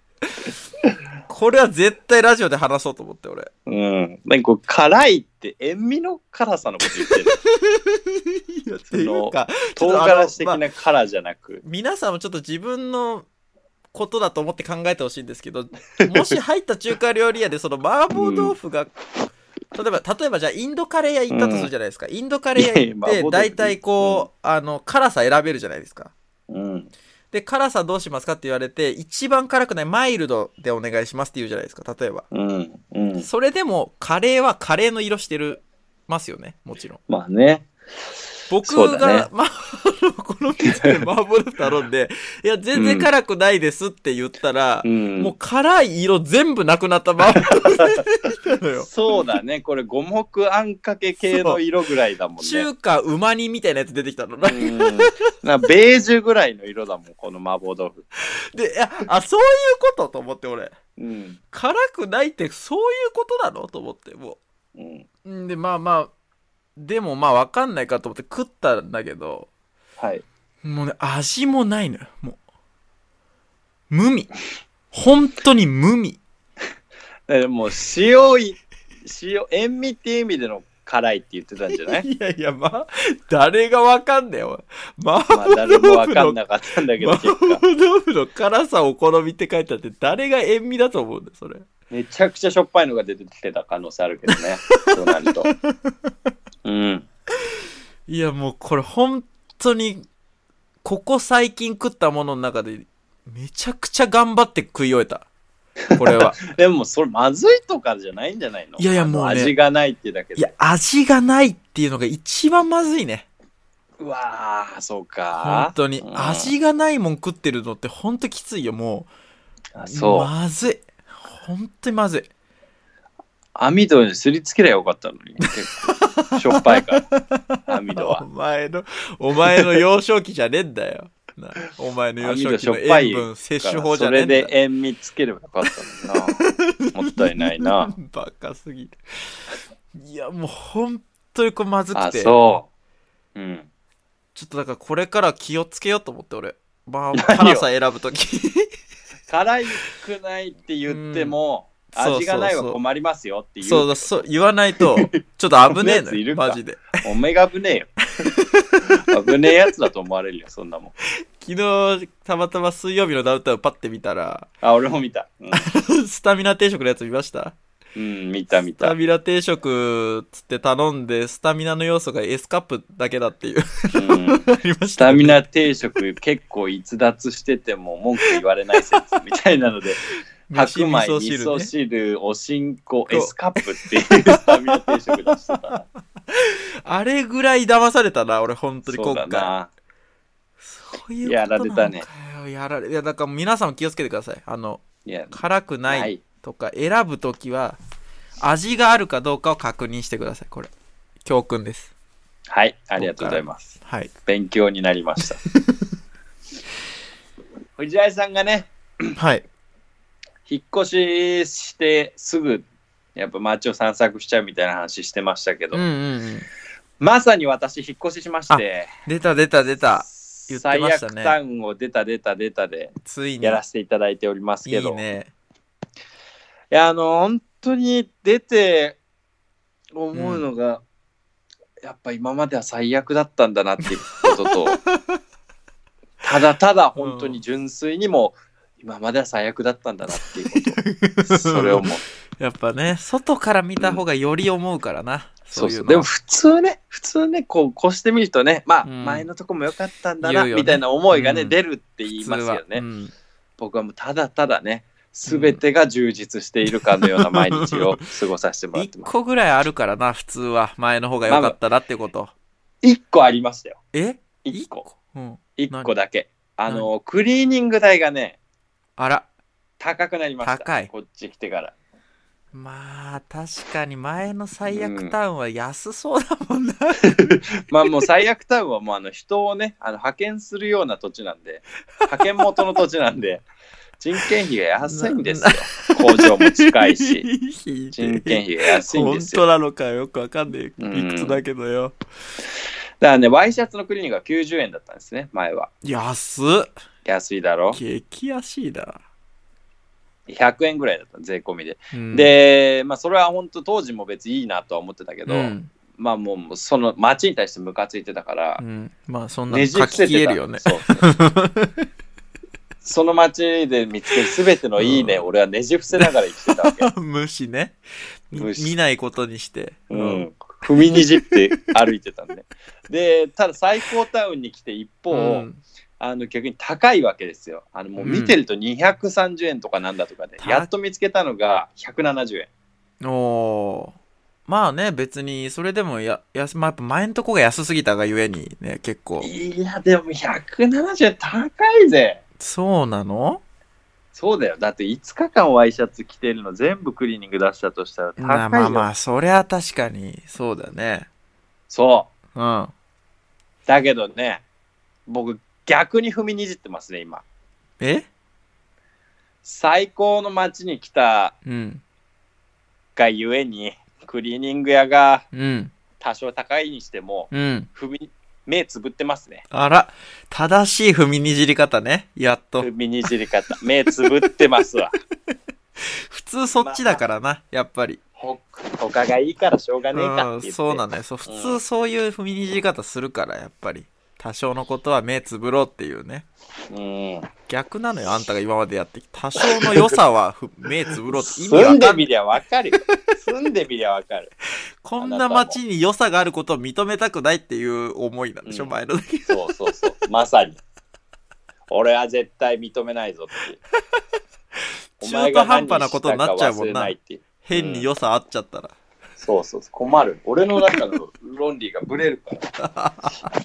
Speaker 3: これは絶対ラジオで話そうと思って、俺。
Speaker 2: うん。なんかこう、辛いって、塩味の辛さのこと言ってる。
Speaker 3: いや、っていうか、 ちょ
Speaker 2: 唐
Speaker 3: っとあの
Speaker 2: 辛子的
Speaker 3: まあ
Speaker 2: な辛じゃなく。
Speaker 3: 皆さんもちょっと自分のことだと思って考えてほしいんですけど、もし入った中華料理屋で、その麻婆豆腐が、例えば、例えばじゃあインドカレー屋行ったとするじゃないですか。インドカレー屋
Speaker 2: いやい
Speaker 3: 行
Speaker 2: や麻婆豆
Speaker 3: って、
Speaker 2: 腐
Speaker 3: 大体こう、あの、辛さ選べるじゃないですか。
Speaker 2: うん。
Speaker 3: で、辛さどうしますかって言われて、一番辛くないマイルドでお願いしますって言うじゃないですか、例えば。
Speaker 2: うん。うん。
Speaker 3: それでも、カレーはカレーの色してる、ますよね、もちろん。
Speaker 2: まあね。
Speaker 3: 僕
Speaker 2: そうだ
Speaker 3: が、
Speaker 2: ね
Speaker 3: まあ、この店で麻婆豆腐頼んで、いや、全然辛くないですって言ったら
Speaker 2: う、ん。
Speaker 3: もう辛い色全部なくなった麻婆豆腐なのよ。
Speaker 2: そうだね。これ、五目あんかけ系の色ぐらいだもんね。
Speaker 3: 中華うま煮みたいなやつ出てきたの。なんか
Speaker 2: うんなんかベージュぐらいの色だもん、この麻婆豆腐。
Speaker 3: で、いや、あ、そういうことと思って、俺。
Speaker 2: うん。
Speaker 3: 辛くないってそういうことなのと思って、もう。
Speaker 2: うん。
Speaker 3: んでまあまあでもまあわかんないかと思って食ったんだけど
Speaker 2: はい。
Speaker 3: もうね味もないのよもう無味本当に無味
Speaker 2: でも、塩い、塩、塩味っていう意味での辛いって言ってたんじゃ ない
Speaker 3: いやいやまあ誰がわかんねえよ麻
Speaker 2: まあ、
Speaker 3: 婆豆
Speaker 2: 誰もわ
Speaker 3: 腐
Speaker 2: か
Speaker 3: の
Speaker 2: んなかったんだけど、
Speaker 3: 麻
Speaker 2: 結
Speaker 3: 婆
Speaker 2: 果。
Speaker 3: 豆腐の辛さお好みって書いてあって誰が塩味だと思うんだよそれ
Speaker 2: めちゃくちゃしょっぱいのが出てきてた可能性あるけど ね。そうなると。うん。
Speaker 3: いやもうこれ本当にここ最近食ったものの中でめちゃくちゃ頑張って食い終えたこれは
Speaker 2: でも、それ、まずいとかじゃないんじゃないの
Speaker 3: いやいやもうね
Speaker 2: あの味がないってだけ
Speaker 3: いや
Speaker 2: で。、
Speaker 3: 味がないっていうのが一番まずいね。
Speaker 2: うわー、そうか
Speaker 3: 本。当に
Speaker 2: う。ん
Speaker 3: 味がないもん食ってるのって本当きついよ、も
Speaker 2: あ
Speaker 3: う。
Speaker 2: そう。
Speaker 3: まずい。本当にまずい。
Speaker 2: 網戸にすりつけりゃよかったのに。結構、しょっぱいから。網戸は
Speaker 3: お。前の、お前の幼少期じゃねえんだよ。 なお前の幼
Speaker 2: 網
Speaker 3: 少
Speaker 2: 戸
Speaker 3: 期
Speaker 2: しょ
Speaker 3: の
Speaker 2: っぱい
Speaker 3: 塩分摂取法じ
Speaker 2: そ
Speaker 3: ゃねえ
Speaker 2: れ
Speaker 3: んだ
Speaker 2: で塩味つければよかったのにな。もったいないな。
Speaker 3: バカすぎるいやもう本当にこうまずく
Speaker 2: あ、
Speaker 3: て
Speaker 2: そう。うん。
Speaker 3: ちょっとだからこれから気をつけようと思って俺まあ辛さ選ぶとき
Speaker 2: 辛くないって言っても、
Speaker 3: うんそうそうそう
Speaker 2: 味がないは困りますよっていう。
Speaker 3: そうだそう言わないとちょっと危ねえの
Speaker 2: そんなやつい
Speaker 3: よ
Speaker 2: るか
Speaker 3: マジで
Speaker 2: おめが危ねえよ。危ねえやつだと思われるよ、そんなもん。
Speaker 3: 昨日たまたま水曜日のダウンタウンパッて見た ら
Speaker 2: あ、俺も見た。うん
Speaker 3: スタミナ定食のやつ見ました
Speaker 2: うん、見た見
Speaker 3: スタ
Speaker 2: た。
Speaker 3: ミナ定食つって頼んでスタミナの要素が S カップだけだっていう
Speaker 2: うん
Speaker 3: ありまし
Speaker 2: ス
Speaker 3: た
Speaker 2: タ
Speaker 3: ね
Speaker 2: ミナ定食結構逸脱してても文句言われない説みたいなので
Speaker 3: 飯
Speaker 2: 白米味
Speaker 3: 味噌汁
Speaker 2: 噌
Speaker 3: ね
Speaker 2: 汁おしんこ S カップっていうスタミナ定食出してたな
Speaker 3: あれぐらい騙されたな俺本当に
Speaker 2: そ
Speaker 3: 今
Speaker 2: うだ
Speaker 3: 回
Speaker 2: な
Speaker 3: そういうこと
Speaker 2: やられたね
Speaker 3: なんかよやられいやだから皆さんも気をつけてくださいあの
Speaker 2: いや
Speaker 3: 辛くない
Speaker 2: ない
Speaker 3: とか選ぶときは味があるかどうかを確認してくださいこれ教訓です
Speaker 2: はいありがとうございます
Speaker 3: はい
Speaker 2: 勉強になりました 藤井さんがね
Speaker 3: はい
Speaker 2: 引っ越ししてすぐやっぱ街を散策しちゃうみたいな話してましたけど、
Speaker 3: うんうんうん
Speaker 2: まさに私引っ越ししまして
Speaker 3: 出た出た出た言って
Speaker 2: 最
Speaker 3: ましたね
Speaker 2: 悪タウンを出た出た出たで
Speaker 3: ついに
Speaker 2: やらせていただいております
Speaker 3: い
Speaker 2: けど、
Speaker 3: いね
Speaker 2: いや、あの、本当に出て思うのが、やっぱ今までは最悪だったんだなっていうこと と、ただただ本当に純粋にも、今までは最悪だったんだなっていうこと、それをもう。
Speaker 3: やっぱね外から見た方がより思うからな、
Speaker 2: そう
Speaker 3: い
Speaker 2: そうう。
Speaker 3: の
Speaker 2: でも普通ね、普通ね、こう、こうしてみるとね、まあ、
Speaker 3: うん
Speaker 2: 前のとこも良かったんだ
Speaker 3: 言
Speaker 2: な、
Speaker 3: うよね
Speaker 2: みたいな思いがね、
Speaker 3: うん
Speaker 2: 出るって言いますよ
Speaker 3: 普通は
Speaker 2: ね。
Speaker 3: うん
Speaker 2: 僕はもうただただね、すべてが充実しているかのような毎日を過ごさせてもらって
Speaker 3: 一
Speaker 2: ます。
Speaker 3: 個ぐらいあるからな普通は前の方が良かったなってこと
Speaker 2: 一個ありましたよ。
Speaker 3: え
Speaker 2: 一個。
Speaker 3: うん
Speaker 2: 一個だけ。あの、クリーニング代がね、
Speaker 3: あら
Speaker 2: 高くなりました。
Speaker 3: 高い
Speaker 2: こっち来てから。
Speaker 3: まあ確かに前の最悪タウンは安そうだもんな、
Speaker 2: まあもう最悪タウンはもうあの人をね、 あの派遣するような土地なん で、派遣元の土地なんで、人件費が安いんですよ。工場も近い し、
Speaker 3: し
Speaker 2: 人件費が安いん
Speaker 3: 本
Speaker 2: ですよ。
Speaker 3: 当なのかよくわかんね
Speaker 2: う
Speaker 3: え
Speaker 2: ん
Speaker 3: いくつだけどよ
Speaker 2: だからね、ワイシャツのクリーニングは90円だったんですね、前は。
Speaker 3: 安っ
Speaker 2: 安いだろ。
Speaker 3: 激安いな、
Speaker 2: 100円ぐらいだった、税込みで。
Speaker 3: うん、
Speaker 2: で、まあそれは本当当時も別にいいなとは思ってたけど、
Speaker 3: うん
Speaker 2: まあもうその街に対してムカついてたから
Speaker 3: う、ん、まあそんな
Speaker 2: ね
Speaker 3: の
Speaker 2: じ伏
Speaker 3: 書き
Speaker 2: せてた
Speaker 3: 消えるよね
Speaker 2: そうそうその街で見つけるすべてのいいね、
Speaker 3: うん
Speaker 2: 俺はねじ伏せながら生きてたわ け。
Speaker 3: 無視ねみ
Speaker 2: 無視
Speaker 3: 見ないことにして、
Speaker 2: う、ん。踏みにじって歩いてたん で。で、ただ最高タウンに来て一方、
Speaker 3: うん
Speaker 2: あの逆に高いわけですよ。あのもう見てると230円とかなんだとかで、
Speaker 3: うん
Speaker 2: やっと見つけたのが170円。
Speaker 3: おーまあね別にそれでもややす、まあ、やっぱ前のとこが安すぎたがゆえにね結構
Speaker 2: いや、でも170円高いぜ。
Speaker 3: そうなの
Speaker 2: そうだよ。だって5日間ワイシャツ着てるの全部クリーニング出したとしたら高いよ。
Speaker 3: まあまあまあそりゃ確かにそうだね
Speaker 2: そう。
Speaker 3: うん
Speaker 2: だけどね、僕、逆に踏みにじってますね、今。
Speaker 3: え
Speaker 2: 最高の街に来た
Speaker 3: うん
Speaker 2: がゆえに、クリーニング屋が
Speaker 3: うん
Speaker 2: 多少高いにしても、
Speaker 3: うん
Speaker 2: 踏み、目つぶってますね。
Speaker 3: あら正しい踏みにじり方ねやっと
Speaker 2: 踏みにじり方。目つぶってます わ。
Speaker 3: 普通そっちだからなやっぱり
Speaker 2: ほ、他がいいからしょうがねえかって言
Speaker 3: う
Speaker 2: っ
Speaker 3: ん
Speaker 2: て。
Speaker 3: そうなのよそう普通そういう踏みにじり方するからやっぱり多少のことは目つぶろうっていうね
Speaker 2: うん。
Speaker 3: 逆なのよあんたが今までやってきた多少の良さはふ目つぶろうって意味
Speaker 2: 住
Speaker 3: わ
Speaker 2: んで
Speaker 3: かんない
Speaker 2: みりゃわかるよ。住んでみりゃわかる。
Speaker 3: こんな街に良さがあることを認めたくないっていう思いなんでしょ、
Speaker 2: うん
Speaker 3: 前の時
Speaker 2: そうそうそう。まさに。俺は絶対認めないぞって。お前が何したか
Speaker 3: 中途半端なことになっちゃうも
Speaker 2: 忘
Speaker 3: んな
Speaker 2: れないっていう
Speaker 3: 変に良さあっちゃったら、
Speaker 2: そうそうそう、困る。俺の中の論理がブレるから。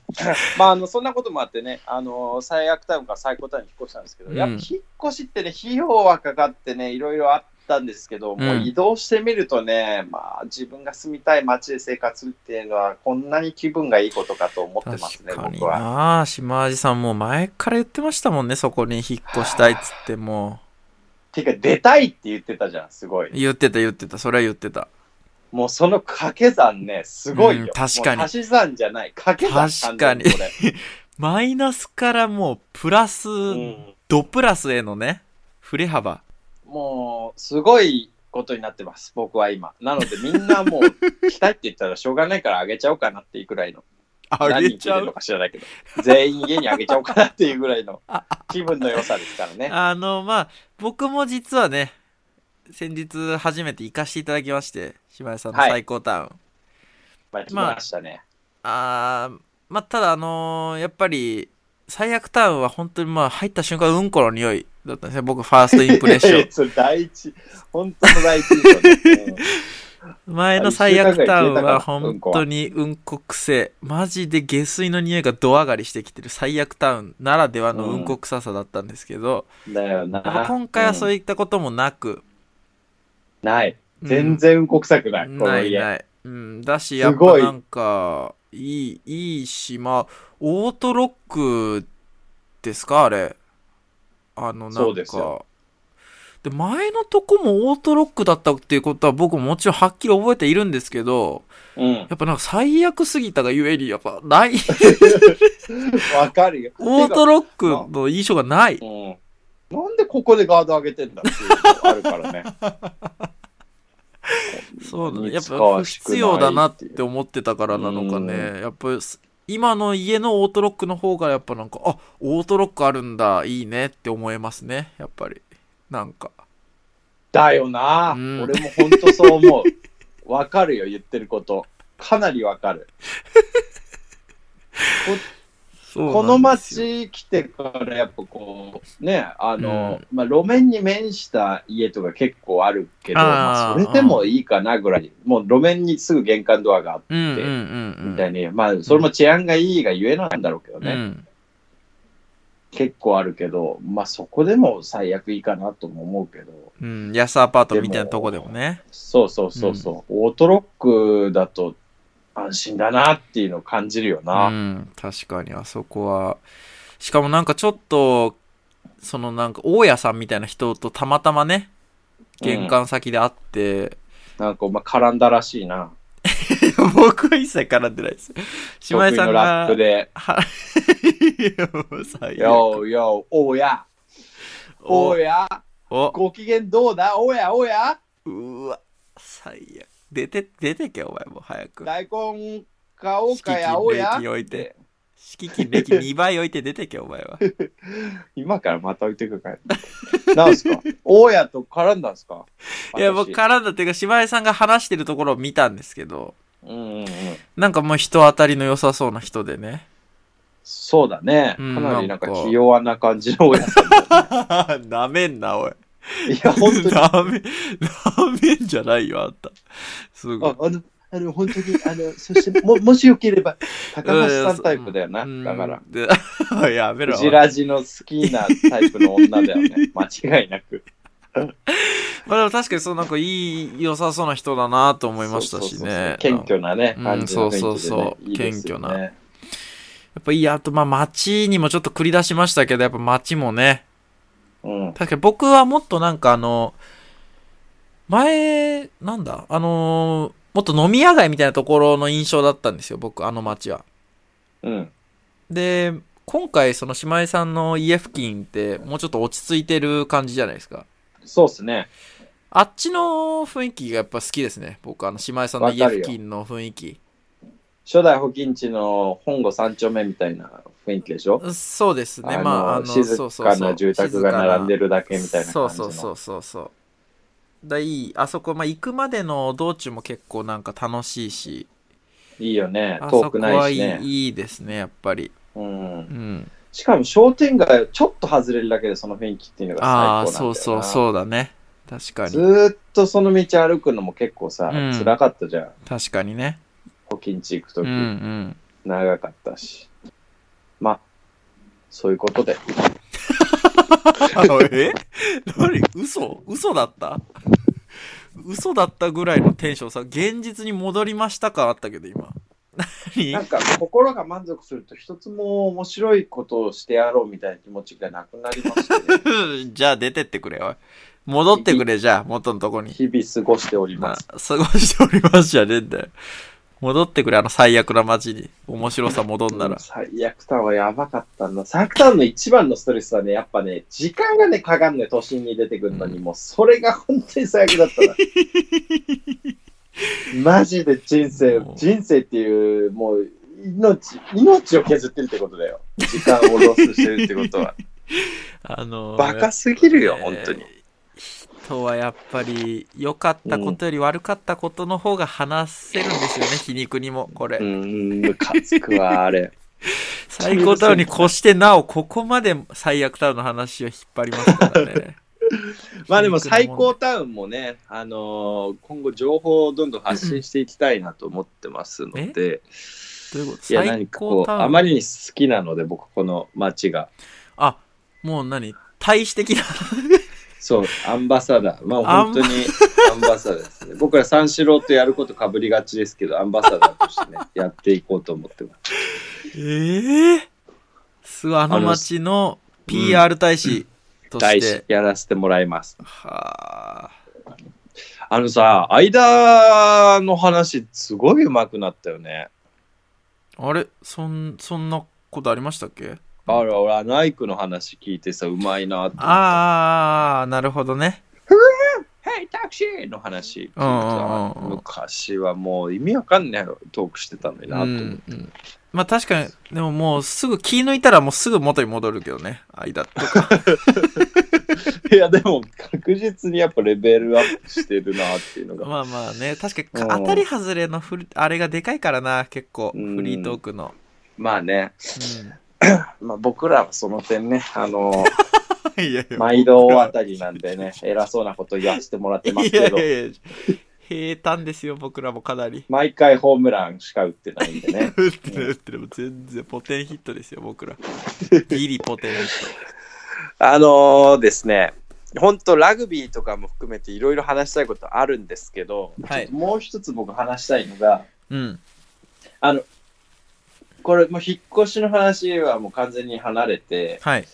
Speaker 2: まあ、あの、そんなこともあってね、あの最悪タウンから最高タウンに引っ越したんですけど、
Speaker 3: うん
Speaker 2: やっぱ引っ越しってね、費用はかかってね、いろいろあっったんですけど、
Speaker 3: ん
Speaker 2: もう移動してみるとね、まあ自分が住みたい街で生活っていうのは、こんなに気分がいいことかと思ってますね、
Speaker 3: 確かに
Speaker 2: 僕は。
Speaker 3: なあ島地さんもう前から言ってましたもんねそこに引っ越したいっつっても
Speaker 2: てか、出たいって言ってたじゃん、すご
Speaker 3: う
Speaker 2: い。
Speaker 3: 言ってた言ってたそれは言ってた
Speaker 2: もうその掛け算ね、すごいよ。
Speaker 3: うん確かに
Speaker 2: もう足し算じゃない。掛け算
Speaker 3: 確かに
Speaker 2: 完全こ
Speaker 3: マイナスからもうプラス、
Speaker 2: れうん
Speaker 3: ドプラスへのね振れ幅
Speaker 2: もう、すごいことになってます、僕は今。なので、みんなもう、来たいって言ったらしょうがないからあげちゃおうかなっていうくらいの。
Speaker 3: あ
Speaker 2: 何
Speaker 3: げ
Speaker 2: 人
Speaker 3: ち
Speaker 2: 来
Speaker 3: ゃ
Speaker 2: てるの
Speaker 3: う
Speaker 2: か知らないけど、全員家にあげちゃおうかなっていうぐらいの気分の良さですからね。
Speaker 3: あのまあ僕も実はね先日初めて行かせていただきまして島井さんの
Speaker 2: はい
Speaker 3: 最高タウン、
Speaker 2: まあ、来ましたね。
Speaker 3: あーまあただあのーやっぱり最悪タウンは本当にまあ入った瞬間うんこの匂いだったんですね僕ファーストインプレッシ ョン
Speaker 2: それ第一、本当の第一印象ですね。
Speaker 3: 前の最悪タウンは本当にうんこ癖マジで下水の匂いがド上がりしてきてる最悪タウンならではのうんこ臭さだったんですけど、
Speaker 2: うんだよな
Speaker 3: やっぱ。今回はそう
Speaker 2: いう、
Speaker 3: いったこともなく、
Speaker 2: ない。
Speaker 3: うん
Speaker 2: 全然うんこ臭くない、 こ
Speaker 3: な
Speaker 2: の
Speaker 3: い
Speaker 2: 家。
Speaker 3: ない、うん、だしや
Speaker 2: す
Speaker 3: っぱ
Speaker 2: ごい
Speaker 3: なんかいいいいしまあオートロックですかあれあのなんか
Speaker 2: そうですよ
Speaker 3: で前のとこもオートロックだったっていうことは僕ももちろんはっきり覚えているんですけど
Speaker 2: うん。
Speaker 3: やっぱなんか最悪すぎたがゆえにやっぱない
Speaker 2: わかるよ。
Speaker 3: オートロックの印象がない
Speaker 2: てかうん。なんでここでガード上げてんだっていうのあるからね。
Speaker 3: そうだね。
Speaker 2: 見
Speaker 3: やっ
Speaker 2: つかわ
Speaker 3: ぱ
Speaker 2: しくな
Speaker 3: 必
Speaker 2: い
Speaker 3: 要だなって思ってたからなのか
Speaker 2: う
Speaker 3: ね。やっぱす今の家のオートロックの方がやっぱなんか、あ、オートロックあるんだ、いいねって思えますね。やっぱり。なんか。
Speaker 2: だよな、
Speaker 3: うん
Speaker 2: 俺も本当そう思う。わかるよ、言ってること。かなりわかる。この街来てからやっぱこうねあの、まあ、路面に面した家とか結構あるけど
Speaker 3: あー
Speaker 2: まあ、それでもいいかなぐらいもう路面にすぐ玄関ドアがあって
Speaker 3: うんうんうんうん。
Speaker 2: みたいに、まあそれも治安がいいがゆえなんだろうけどね、
Speaker 3: うん
Speaker 2: 結構あるけどまあそこでも最悪いいかなとも思うけど
Speaker 3: うん。安アパートみたいなとこでもね。
Speaker 2: そうそうそうそう、オートロックだと安心だなっていうのを感じるよ
Speaker 3: う
Speaker 2: な、
Speaker 3: ん。確かにあそこは。しかもなんかちょっと、そのなんか大家さんみたいな人とたまたまね、玄関先で会って、
Speaker 2: なんかお前絡んだらしいな
Speaker 3: 僕は一切絡んでないです。島井
Speaker 2: 得
Speaker 3: さん
Speaker 2: 意のラ
Speaker 3: が
Speaker 2: ップ。で
Speaker 3: はいやもう最悪
Speaker 2: よーよー、おや、お
Speaker 3: お
Speaker 2: や、
Speaker 3: お
Speaker 2: ご機嫌どうだ、おやおや、
Speaker 3: うわ、最悪。出て、出てけ、お前もう早く。
Speaker 2: 大根買おう
Speaker 3: 敷
Speaker 2: かや、
Speaker 3: 金
Speaker 2: おや
Speaker 3: 礼。金置いて。敷金礼金2倍置いて出てけ、お 前は。
Speaker 2: 今からまた置いてくかい。 なんすか、おやと絡んだんすか
Speaker 3: いや、僕
Speaker 2: 私
Speaker 3: 絡んだっていうか、島井さんが話してるところを見たんですけど、
Speaker 2: うんうんうん。
Speaker 3: なんかもう人当たりの良さそうな人 でね。
Speaker 2: そうだね。か
Speaker 3: うん
Speaker 2: なりなんか
Speaker 3: なんか
Speaker 2: 器用な感じのおやさんだ。
Speaker 3: なめんな、おい。
Speaker 2: いや、本 当に。あ
Speaker 3: なめ、なめんじゃないよ、あんた。すごい。
Speaker 2: あの、あの本当に、あの、そして、ももしよければ、高橋さんタイプだよな。
Speaker 3: うん
Speaker 2: だから。。
Speaker 3: で やめろ。
Speaker 2: クジラジの好きなタイプの女だよね。間違いなく。
Speaker 3: まあでも確かにそうなんかいい良さそうな人だなと思いましたし
Speaker 2: そうそ
Speaker 3: ね。
Speaker 2: うそう
Speaker 3: なん
Speaker 2: 謙
Speaker 3: かや
Speaker 2: 虚なね、
Speaker 3: うん
Speaker 2: 感じの雰囲気でね
Speaker 3: そうそうそう
Speaker 2: いいですよね
Speaker 3: 謙虚っぱいいや、あとまあ街にもちょっと繰り出しましたけど、やっぱ街もね。
Speaker 2: うん。
Speaker 3: 確かに僕はもっとなんかあの、前、なんだ、あのーもっと飲み屋街みたいなところの印象だったんですよ、僕、あの街は。
Speaker 2: うん。
Speaker 3: で、今回その姉妹さんの家付近ってもうちょっと落ち着いてる感じじゃないですか。
Speaker 2: そうっすね。
Speaker 3: あっちの雰囲気がやっぱ好きですね。僕、あの、姉妹さんの家
Speaker 2: わかる
Speaker 3: 付
Speaker 2: よ
Speaker 3: 近の雰囲気。
Speaker 2: 初代保金地の本郷三丁目みたいな雰囲気でしょ
Speaker 3: そうですね。まあ、あの、
Speaker 2: 静
Speaker 3: そうそう
Speaker 2: か
Speaker 3: そう
Speaker 2: な住宅が並んでるだけみたいな感
Speaker 3: そう
Speaker 2: じの。
Speaker 3: そうそうそうそう。だいい、あそこ、まあ、行くまでの道中も結構なんか楽しいし、
Speaker 2: いいよね
Speaker 3: あ。そ
Speaker 2: 遠
Speaker 3: こ
Speaker 2: く
Speaker 3: は
Speaker 2: ない
Speaker 3: い,、
Speaker 2: しね。
Speaker 3: いいですね、やっぱり。
Speaker 2: うん
Speaker 3: う、ん。
Speaker 2: しかも商店街をちょっと外れるだけでその雰囲気っていうのが最高
Speaker 3: あ
Speaker 2: なんだ
Speaker 3: あ、
Speaker 2: よな
Speaker 3: そうそうそうだね。確か
Speaker 2: ず
Speaker 3: に。
Speaker 2: ーっとその道歩くのも結構さ、
Speaker 3: うん
Speaker 2: 辛かったじゃん。
Speaker 3: 確かにね。
Speaker 2: 保金地行く
Speaker 3: う
Speaker 2: と
Speaker 3: ん
Speaker 2: き、
Speaker 3: うん。
Speaker 2: 長かったし。まあ、そういうことで。
Speaker 3: え何嘘嘘だった嘘だったぐらいのテンションさ、現実に戻りましたかあったけど、今。何
Speaker 2: なんか心が満足すると一つも面白いことをしてやろうみたいな気持ちがなくなりました ね
Speaker 3: じゃあ出てってくれ、おい。戻ってくれ、じゃあ、元のとこに。
Speaker 2: 日々過ごしており
Speaker 3: まあ
Speaker 2: ます。、
Speaker 3: 過ごしておりますじゃねえんだよ。戻ってくれ、あの最悪な街に。面白さ戻んな
Speaker 2: う
Speaker 3: ら
Speaker 2: ん。最悪タンはやばかったんだ。サークタンの一番のストレスはね、やっぱね、時間がね、かかんね、都心に出てくるのに、もうそれが本当に最悪だった な。マジで人生
Speaker 3: も、う
Speaker 2: 人生っていう、もう、命、命を削ってるってことだよ。時間をロスしてるってこと は。
Speaker 3: あのー
Speaker 2: バカすぎるよ、本当に。。
Speaker 3: 人はやっぱり、良かったことより悪かったことの方が話せるんですよね、皮肉にも、これ。
Speaker 2: うーん、ムカつくわ、あ れ。
Speaker 3: 最高タウンに越してなおここまで最悪タウンの話を引っ張りますからね
Speaker 2: まあでも最高タウンもね、あのー今後情報をどんどん発信していきたいなと思ってますので、
Speaker 3: どういうこと
Speaker 2: いや
Speaker 3: 最
Speaker 2: 何かこ
Speaker 3: 高
Speaker 2: う
Speaker 3: タウン
Speaker 2: あまりに好きなので僕この街が
Speaker 3: あもう何対比的な
Speaker 2: そうアンバサダ ーまあ
Speaker 3: アン
Speaker 2: 本当にアンバサダーですね僕ら三四郎とやることかぶりがちですけどアンバサダーとして ねやっていこうと思ってます
Speaker 3: ええすごいあの町の PR 大使とし
Speaker 2: 大使
Speaker 3: て、
Speaker 2: やらせてもらいます
Speaker 3: はあ
Speaker 2: あのさ間の話すごい上手くなったよね
Speaker 3: あれそんそんなことありましたっけ
Speaker 2: あら俺あのアイクの話聞いてさうまいなって
Speaker 3: ああなるほどね
Speaker 2: 「ヘイタクシー!」の話聞いて
Speaker 3: うん
Speaker 2: さ
Speaker 3: うんうんうん
Speaker 2: 昔はもう意味わかんないトークしてたのになと
Speaker 3: う
Speaker 2: 思って、
Speaker 3: んうんまあ確かにでももうすぐ気抜いたらもうすぐ元に戻るけどね 間って
Speaker 2: いやでも確実にやっぱレベルアップしてるなっていうのが。
Speaker 3: まあまあね確か
Speaker 2: う
Speaker 3: に
Speaker 2: ん
Speaker 3: か当たり外れのフルあれがでかいからな結構
Speaker 2: うん
Speaker 3: フリートークの、
Speaker 2: まあね、
Speaker 3: う
Speaker 2: まあ、僕らはその点ね、あ の
Speaker 3: ん、いやい や
Speaker 2: 毎度あたりなんでね、偉そうなこと言わせてもらってます
Speaker 3: い
Speaker 2: け
Speaker 3: やい
Speaker 2: ど、
Speaker 3: やいや平坦ですよ僕らもかなり。
Speaker 2: 毎回ホームランしか打ってないんでね
Speaker 3: 打ってる打ってるもう全然ポテンヒットですよ僕 らギリポテンヒッ
Speaker 2: あのですね、本当ラグビーとかも含めていろいろ話したいことあるんですけど、
Speaker 3: はい
Speaker 2: ちょっともう一つ僕話したいのが、
Speaker 3: トうん
Speaker 2: これもう引っ越しの話はもう完全に離れて、
Speaker 3: はい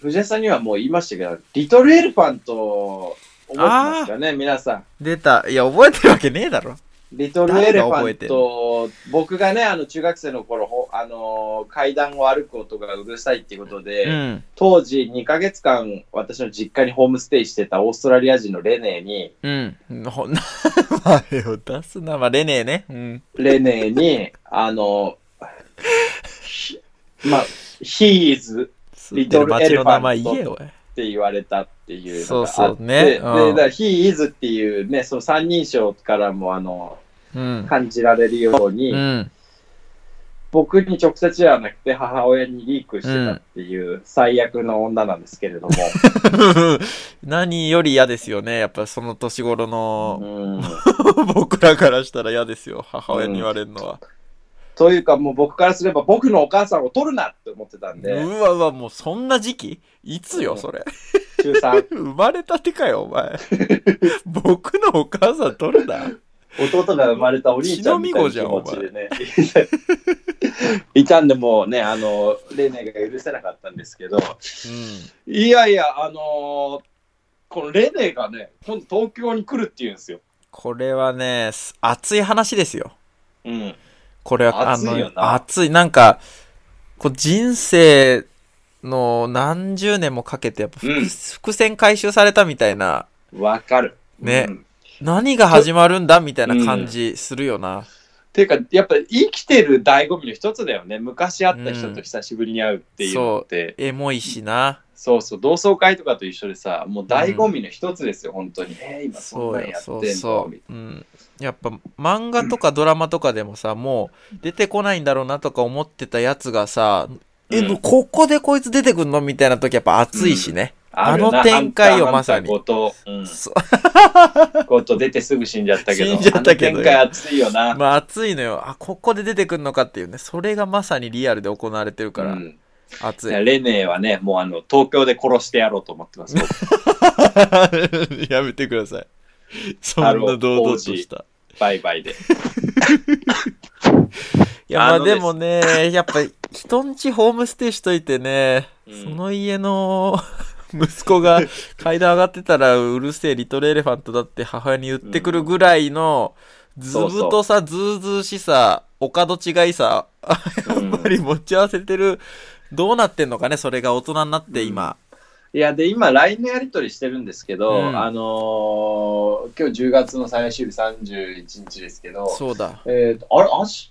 Speaker 2: 藤井さんにはもう言いましたけど、リトルエルファント、覚えてますかね、皆さん。
Speaker 3: 出たいや覚えてるわけねえだろ
Speaker 2: リトルエレファント、僕がね、あの中学生の頃、ほあのー階段を歩く音がうるさいっていうことで、
Speaker 3: うん
Speaker 2: 当時2ヶ月間、私の実家にホームステイしてたオーストラリア人のレネーに、
Speaker 3: うん ほな名前を出すなまあレネーねうん
Speaker 2: レネーに、あのひまあ、ヒーズ
Speaker 3: 住んでる街の名前言えよおい
Speaker 2: って言われたっていうのがあって、
Speaker 3: そうそうね
Speaker 2: で、だ
Speaker 3: うん
Speaker 2: からヒーズっていうね、その三人称からも、あの、
Speaker 3: うん
Speaker 2: 感じられるように、
Speaker 3: うん
Speaker 2: 僕に直接じゃなくて母親にリークしてたっていう最悪の女なんですけれども、
Speaker 3: 何より嫌ですよね。やっぱその年頃の
Speaker 2: うん
Speaker 3: 僕らからしたら嫌ですよ。母親に言われるのは。
Speaker 2: というかもう僕からすれば僕のお母さんを取るなって思ってたん
Speaker 3: う
Speaker 2: で
Speaker 3: わうわ、もうそんな時期いつよ、それ。
Speaker 2: 中3
Speaker 3: 生まれたてかよ、お前。僕のお母さん取るな。
Speaker 2: 弟が生まれたお兄ちゃんみたいな気持ちでねいたんでもうねあのレネが許せなかったんですけど
Speaker 3: う
Speaker 2: いやいやあのーこのレネがね今度東京に来るっていうんですよ、
Speaker 3: これはね、す熱い話ですよ。
Speaker 2: うん、
Speaker 3: これは、
Speaker 2: 熱いよな
Speaker 3: 熱い。なんか、こう人生の何十年もかけて、やっぱ伏,、
Speaker 2: うん
Speaker 3: 伏線回収されたみたいな。
Speaker 2: わかる
Speaker 3: ね
Speaker 2: うん
Speaker 3: 何が始まるんだみたいな感じするよな。
Speaker 2: ていうか、やっぱ生きてる醍醐味の一つだよね。昔会った人と久しぶりに会うっていうのって、
Speaker 3: エモいしな。
Speaker 2: そうそう同窓会とかと一緒でさ、もう醍醐味の一つですよ、本当に。えー、今そん
Speaker 3: そ
Speaker 2: な
Speaker 3: うんよ
Speaker 2: やってん
Speaker 3: そ
Speaker 2: の
Speaker 3: うそ。
Speaker 2: みたいう
Speaker 3: うん。やっぱ漫画とかドラマとかでもさ、もう出てこないんだろうなとか思ってたやつがさ、え、
Speaker 2: うん
Speaker 3: ここでこいつ出てくんのみたいな時やっぱ熱いし
Speaker 2: な
Speaker 3: ね。あの展開よまさに
Speaker 2: あんた後藤、
Speaker 3: そ
Speaker 2: うん、後藤出てすぐ死んじゃったけど。
Speaker 3: 死んじゃったけど
Speaker 2: あの展開熱いよな。
Speaker 3: まあ熱いのよ。あ、ここで出てくんのかっていうね。それがまさにリアルで行われてるから。
Speaker 2: うん
Speaker 3: 暑
Speaker 2: い
Speaker 3: い。
Speaker 2: やレネはね、もうあの、東京で殺してやろうと思ってます。僕
Speaker 3: やめてください。そんな堂々とした。
Speaker 2: バイバ イで。
Speaker 3: いや、ま
Speaker 2: あ
Speaker 3: あ
Speaker 2: の
Speaker 3: でも ね、やっぱ、人んちホームステイしといてね、
Speaker 2: うん
Speaker 3: その家の 息子が階段上がってたら、うるせえリトルエレファントだって母親に言ってくるぐらいの、ずぶとさ、ずうずうしさ、お門違いさ、
Speaker 2: うん
Speaker 3: やっぱり持ち合わせてる、どうなってんのかね、それが大人になって今。
Speaker 2: いや、で、今、LINE のやり取りしてるんですけど、
Speaker 3: うん
Speaker 2: あのー今日10月の最終日31日ですけど、
Speaker 3: そうだ。
Speaker 2: えっ、と、あれ、明日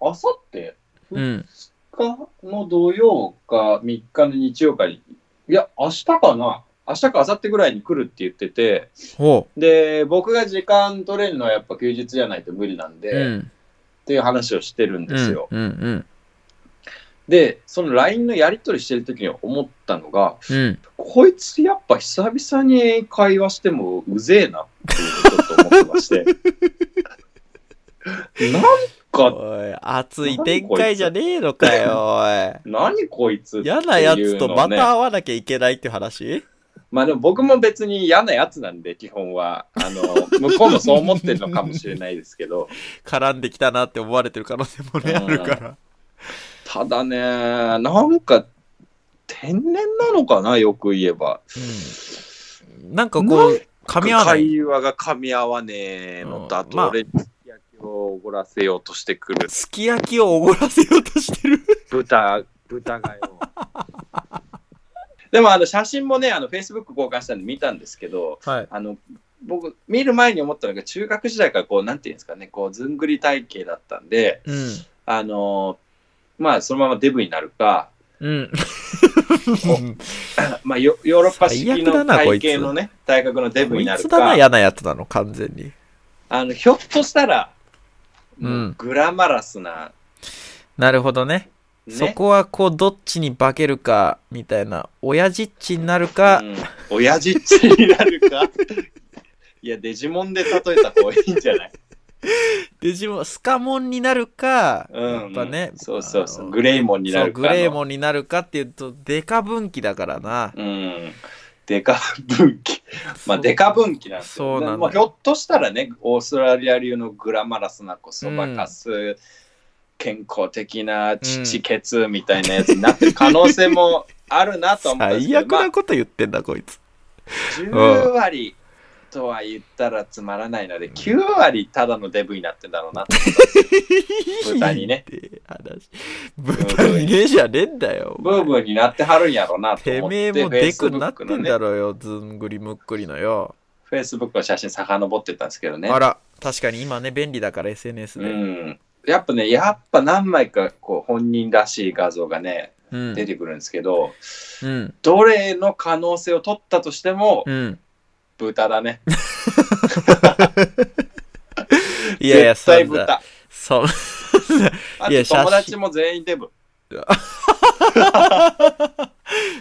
Speaker 2: 明後日
Speaker 3: うん。
Speaker 2: かの土曜か3日の日曜かに、いや、明日かな明日か明後日ぐらいに来るって言ってて、
Speaker 3: ほ
Speaker 2: で、僕が時間取れるのはやっぱ休日じゃないと無理なんで、
Speaker 3: う。うん。
Speaker 2: っていう話をしてるんですよ。
Speaker 3: うん。うん。
Speaker 2: で、その LINE のやり取りしてる時に思ったのが、
Speaker 3: うん。
Speaker 2: こいつやっぱ久々に会話してもうぜえなっていうのをちょっと思ってま して。なんか、
Speaker 3: おい、熱い展開じゃねえのかよ、おい。
Speaker 2: 何こいつっていうの
Speaker 3: 嫌
Speaker 2: をね
Speaker 3: なやつとまた会わなきゃいけないっていう話
Speaker 2: まあでも僕も別に嫌なやつなんで、基本は。あの、 向こうもそう思ってるのかもしれないですけど。
Speaker 3: 絡んできたなって思われてる可能性もね、
Speaker 2: うん
Speaker 3: あるから。
Speaker 2: ただね、なんか、天然なのかな、よく言えば。
Speaker 3: なんかこ
Speaker 2: な
Speaker 3: う、噛み合わない。
Speaker 2: 会話が噛み合わねえのと、
Speaker 3: うん
Speaker 2: あと
Speaker 3: まあ
Speaker 2: 俺にすき焼きをおごらせようとしてくる。
Speaker 3: すき焼きをおごらせようとしてる。
Speaker 2: 豚、豚 がよ。でもあの写真もね、あの Facebook 交換したんで見たんですけど、
Speaker 3: はい。
Speaker 2: あの僕、見る前に思ったのが、中学時代からこう、なんていうんですかね、こう、ずんぐり体型だったんで、
Speaker 3: うん。
Speaker 2: あのまあ、そのままデブになるか、
Speaker 3: うん。
Speaker 2: まあ、ヨヨーロッパ式
Speaker 3: 最悪だ
Speaker 2: の
Speaker 3: なこい
Speaker 2: 体
Speaker 3: つ
Speaker 2: 型のね、体格のデブ
Speaker 3: こ
Speaker 2: に
Speaker 3: い
Speaker 2: なる
Speaker 3: つだな、
Speaker 2: か、
Speaker 3: 嫌なやつなの、完全に。
Speaker 2: あのひょっとしたら、
Speaker 3: うん
Speaker 2: もうグラマラスな、
Speaker 3: なるほどね。
Speaker 2: ね、
Speaker 3: そこはこう、どっちに化けるか、みたいな。親父っちになるか
Speaker 2: う、ん、親父っちになるか、いや、デジモンで例えた方がいいんじゃない
Speaker 3: デジモン、スカモンになるか、
Speaker 2: うんうん
Speaker 3: やっぱね。
Speaker 2: そうそうそ
Speaker 3: あ
Speaker 2: う。
Speaker 3: の
Speaker 2: グレイモンにな
Speaker 3: そう
Speaker 2: るか
Speaker 3: グ
Speaker 2: の。
Speaker 3: レーモンになるかっていうと、デカ分岐だからな。
Speaker 2: うん。デカ分岐。まあ、デカ分岐なんです
Speaker 3: そ
Speaker 2: よ。
Speaker 3: うなんだ
Speaker 2: まあ、ひょっとしたらね、オーストラリア流のグラマラスなこそばかす、健康的な父血みたいなやつになってる可能性 もあるなと思ったんですけ
Speaker 3: 最
Speaker 2: ど、
Speaker 3: 悪
Speaker 2: ま
Speaker 3: な
Speaker 2: あ、
Speaker 3: こと言ってんだ、こいつ。
Speaker 2: 10割とは言ったらつまらないので、9割ただのデブになってんだろうなって思ったんですよ。豚にね。
Speaker 3: 話。豚にねじゃねえんだよ。
Speaker 2: ブーブーになってはるんやろうなと
Speaker 3: て
Speaker 2: 思って
Speaker 3: め、えもデクになって
Speaker 2: Facebook の
Speaker 3: ん
Speaker 2: ね
Speaker 3: だろうよ、ずんぐりむっくりのよ。
Speaker 2: フェイスブックの写真遡ってたんですけどね。
Speaker 3: あら、確かに今ね、便利だから、SNS
Speaker 2: う
Speaker 3: で。
Speaker 2: ん。やっぱね、やっぱ何枚かこう本人らしい画像がね、
Speaker 3: うん。
Speaker 2: 出てくるんですけど、
Speaker 3: うん。
Speaker 2: どれの可能性を取ったとしても、
Speaker 3: うん。
Speaker 2: 豚だね。
Speaker 3: いやいや、
Speaker 2: 絶対
Speaker 3: んな
Speaker 2: 豚。
Speaker 3: そん
Speaker 2: あ
Speaker 3: いや
Speaker 2: と
Speaker 3: 写真
Speaker 2: 友達も全員デブ。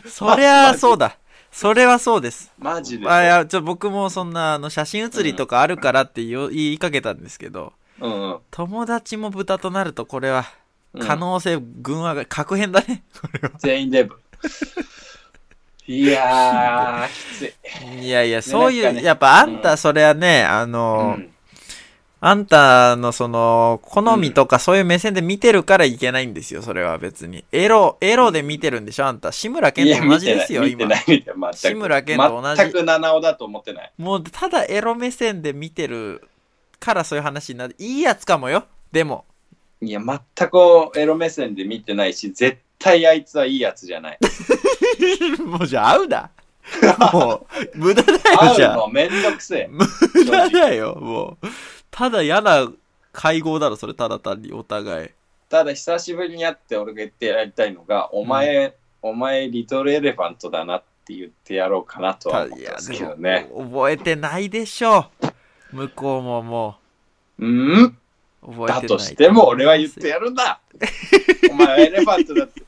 Speaker 3: そりゃあそうだ。それはそうです。
Speaker 2: マジで。
Speaker 3: あいやちょ僕もそんなあの写真写りとかあるからって言,、言いかけたんですけど、
Speaker 2: うんうん
Speaker 3: 友達も豚となるとこれは
Speaker 2: うん
Speaker 3: 可能性群上が格変だね。
Speaker 2: 全員デ ブ。いやー、きつい。
Speaker 3: いやいや、そうい
Speaker 2: なん
Speaker 3: う、
Speaker 2: かね
Speaker 3: やっぱあん
Speaker 2: う
Speaker 3: た、それはね、あ
Speaker 2: う
Speaker 3: の、
Speaker 2: ん
Speaker 3: あんたのその、好みとかそういう目線で見てるからいけないんですよ、それは別に。エロ、エロで見てるんでしょ、あんた。志村け
Speaker 2: い
Speaker 3: ん
Speaker 2: や
Speaker 3: と同
Speaker 2: 見
Speaker 3: じ
Speaker 2: て
Speaker 3: で
Speaker 2: ない
Speaker 3: すよ、
Speaker 2: 見て
Speaker 3: 今
Speaker 2: な。い見てない全
Speaker 3: 志
Speaker 2: く
Speaker 3: 村けんと同じ
Speaker 2: 全く七尾だと思ってない
Speaker 3: もう、ただエロ目線で見てるからそういう話になる。いいやつかもよ、でも。
Speaker 2: いや全くエロ目線で見てないし絶対あいつはいいやつじゃ ない
Speaker 3: もうじゃあ会 うな。もう、無駄だよ、じ
Speaker 2: 会う
Speaker 3: ゃあ
Speaker 2: の。めんどくせえ。
Speaker 3: 無駄だよ、もう。ただ嫌な会合だろ、それ、ただ単に、お互い。
Speaker 2: ただ久しぶりに会って俺が言ってやりたいのが、お前、お前リトルエレファントだなって言ってやろうかなとは思っ
Speaker 3: い
Speaker 2: て
Speaker 3: や
Speaker 2: ますけど
Speaker 3: で
Speaker 2: ね。
Speaker 3: も覚えてないでしょう向こうもも
Speaker 2: うん
Speaker 3: う覚えてな
Speaker 2: だ
Speaker 3: い
Speaker 2: としても俺は言ってやるん だお前はエレファントだって。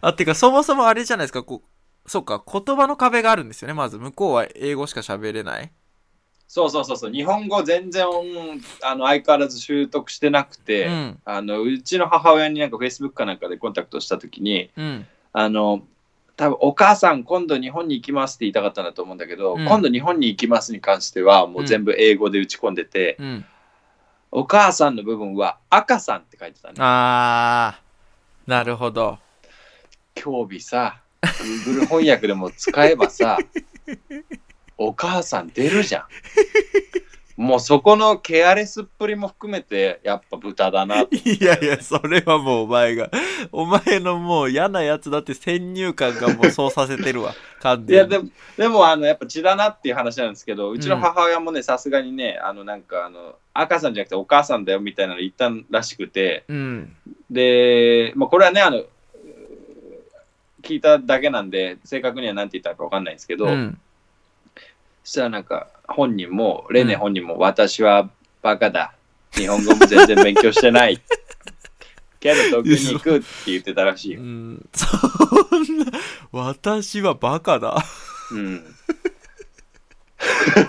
Speaker 3: あてかそもそもあれじゃないですかこうそうか言葉の壁があるんですよねまず向こうは英語しか喋れない
Speaker 2: そうそうそうそう日本語全然あの相変わらず習得してなくて、
Speaker 3: うん
Speaker 2: あのうちの母親になんかフェイスブックかなんかでコンタクトした時に
Speaker 3: うん
Speaker 2: あの多分お母さん今度日本に行きますって言いたかったんだと思うんだけど、
Speaker 3: うん
Speaker 2: 今度日本に行きますに関してはもう全部英語で打ち込んでて、
Speaker 3: うん
Speaker 2: お母さんの部分は赤さんって書いてたね。
Speaker 3: あーなるほど
Speaker 2: 今日日さ、Google 翻訳でも使えば さ、お母さん出るじゃん。もうそこのケアレスっぷりも含めて、やっぱ豚だな。
Speaker 3: いやいや、それはもうお前が、お前のもう嫌なやつだって先入観がもうそうさせ てるわ。完
Speaker 2: い
Speaker 3: 全
Speaker 2: や
Speaker 3: に
Speaker 2: でもでもあのやっぱ血だなっていう話なんですけどうちの母親もねさすがにねあのなんかあの赤さんじゃなくてお母さんだよみたいなの言ったらしくて
Speaker 3: うん。
Speaker 2: で、まあ、これはねあの聞いただけなんで正確には何て言ったか分かんないんですけど、
Speaker 3: うん。
Speaker 2: そしたらなんか本人もレネ本人も私はバカだ日本語も全然勉強してない けど東京に行くって言ってたらしいよ
Speaker 3: う、ん、そんな、私はバカだ。
Speaker 2: うん、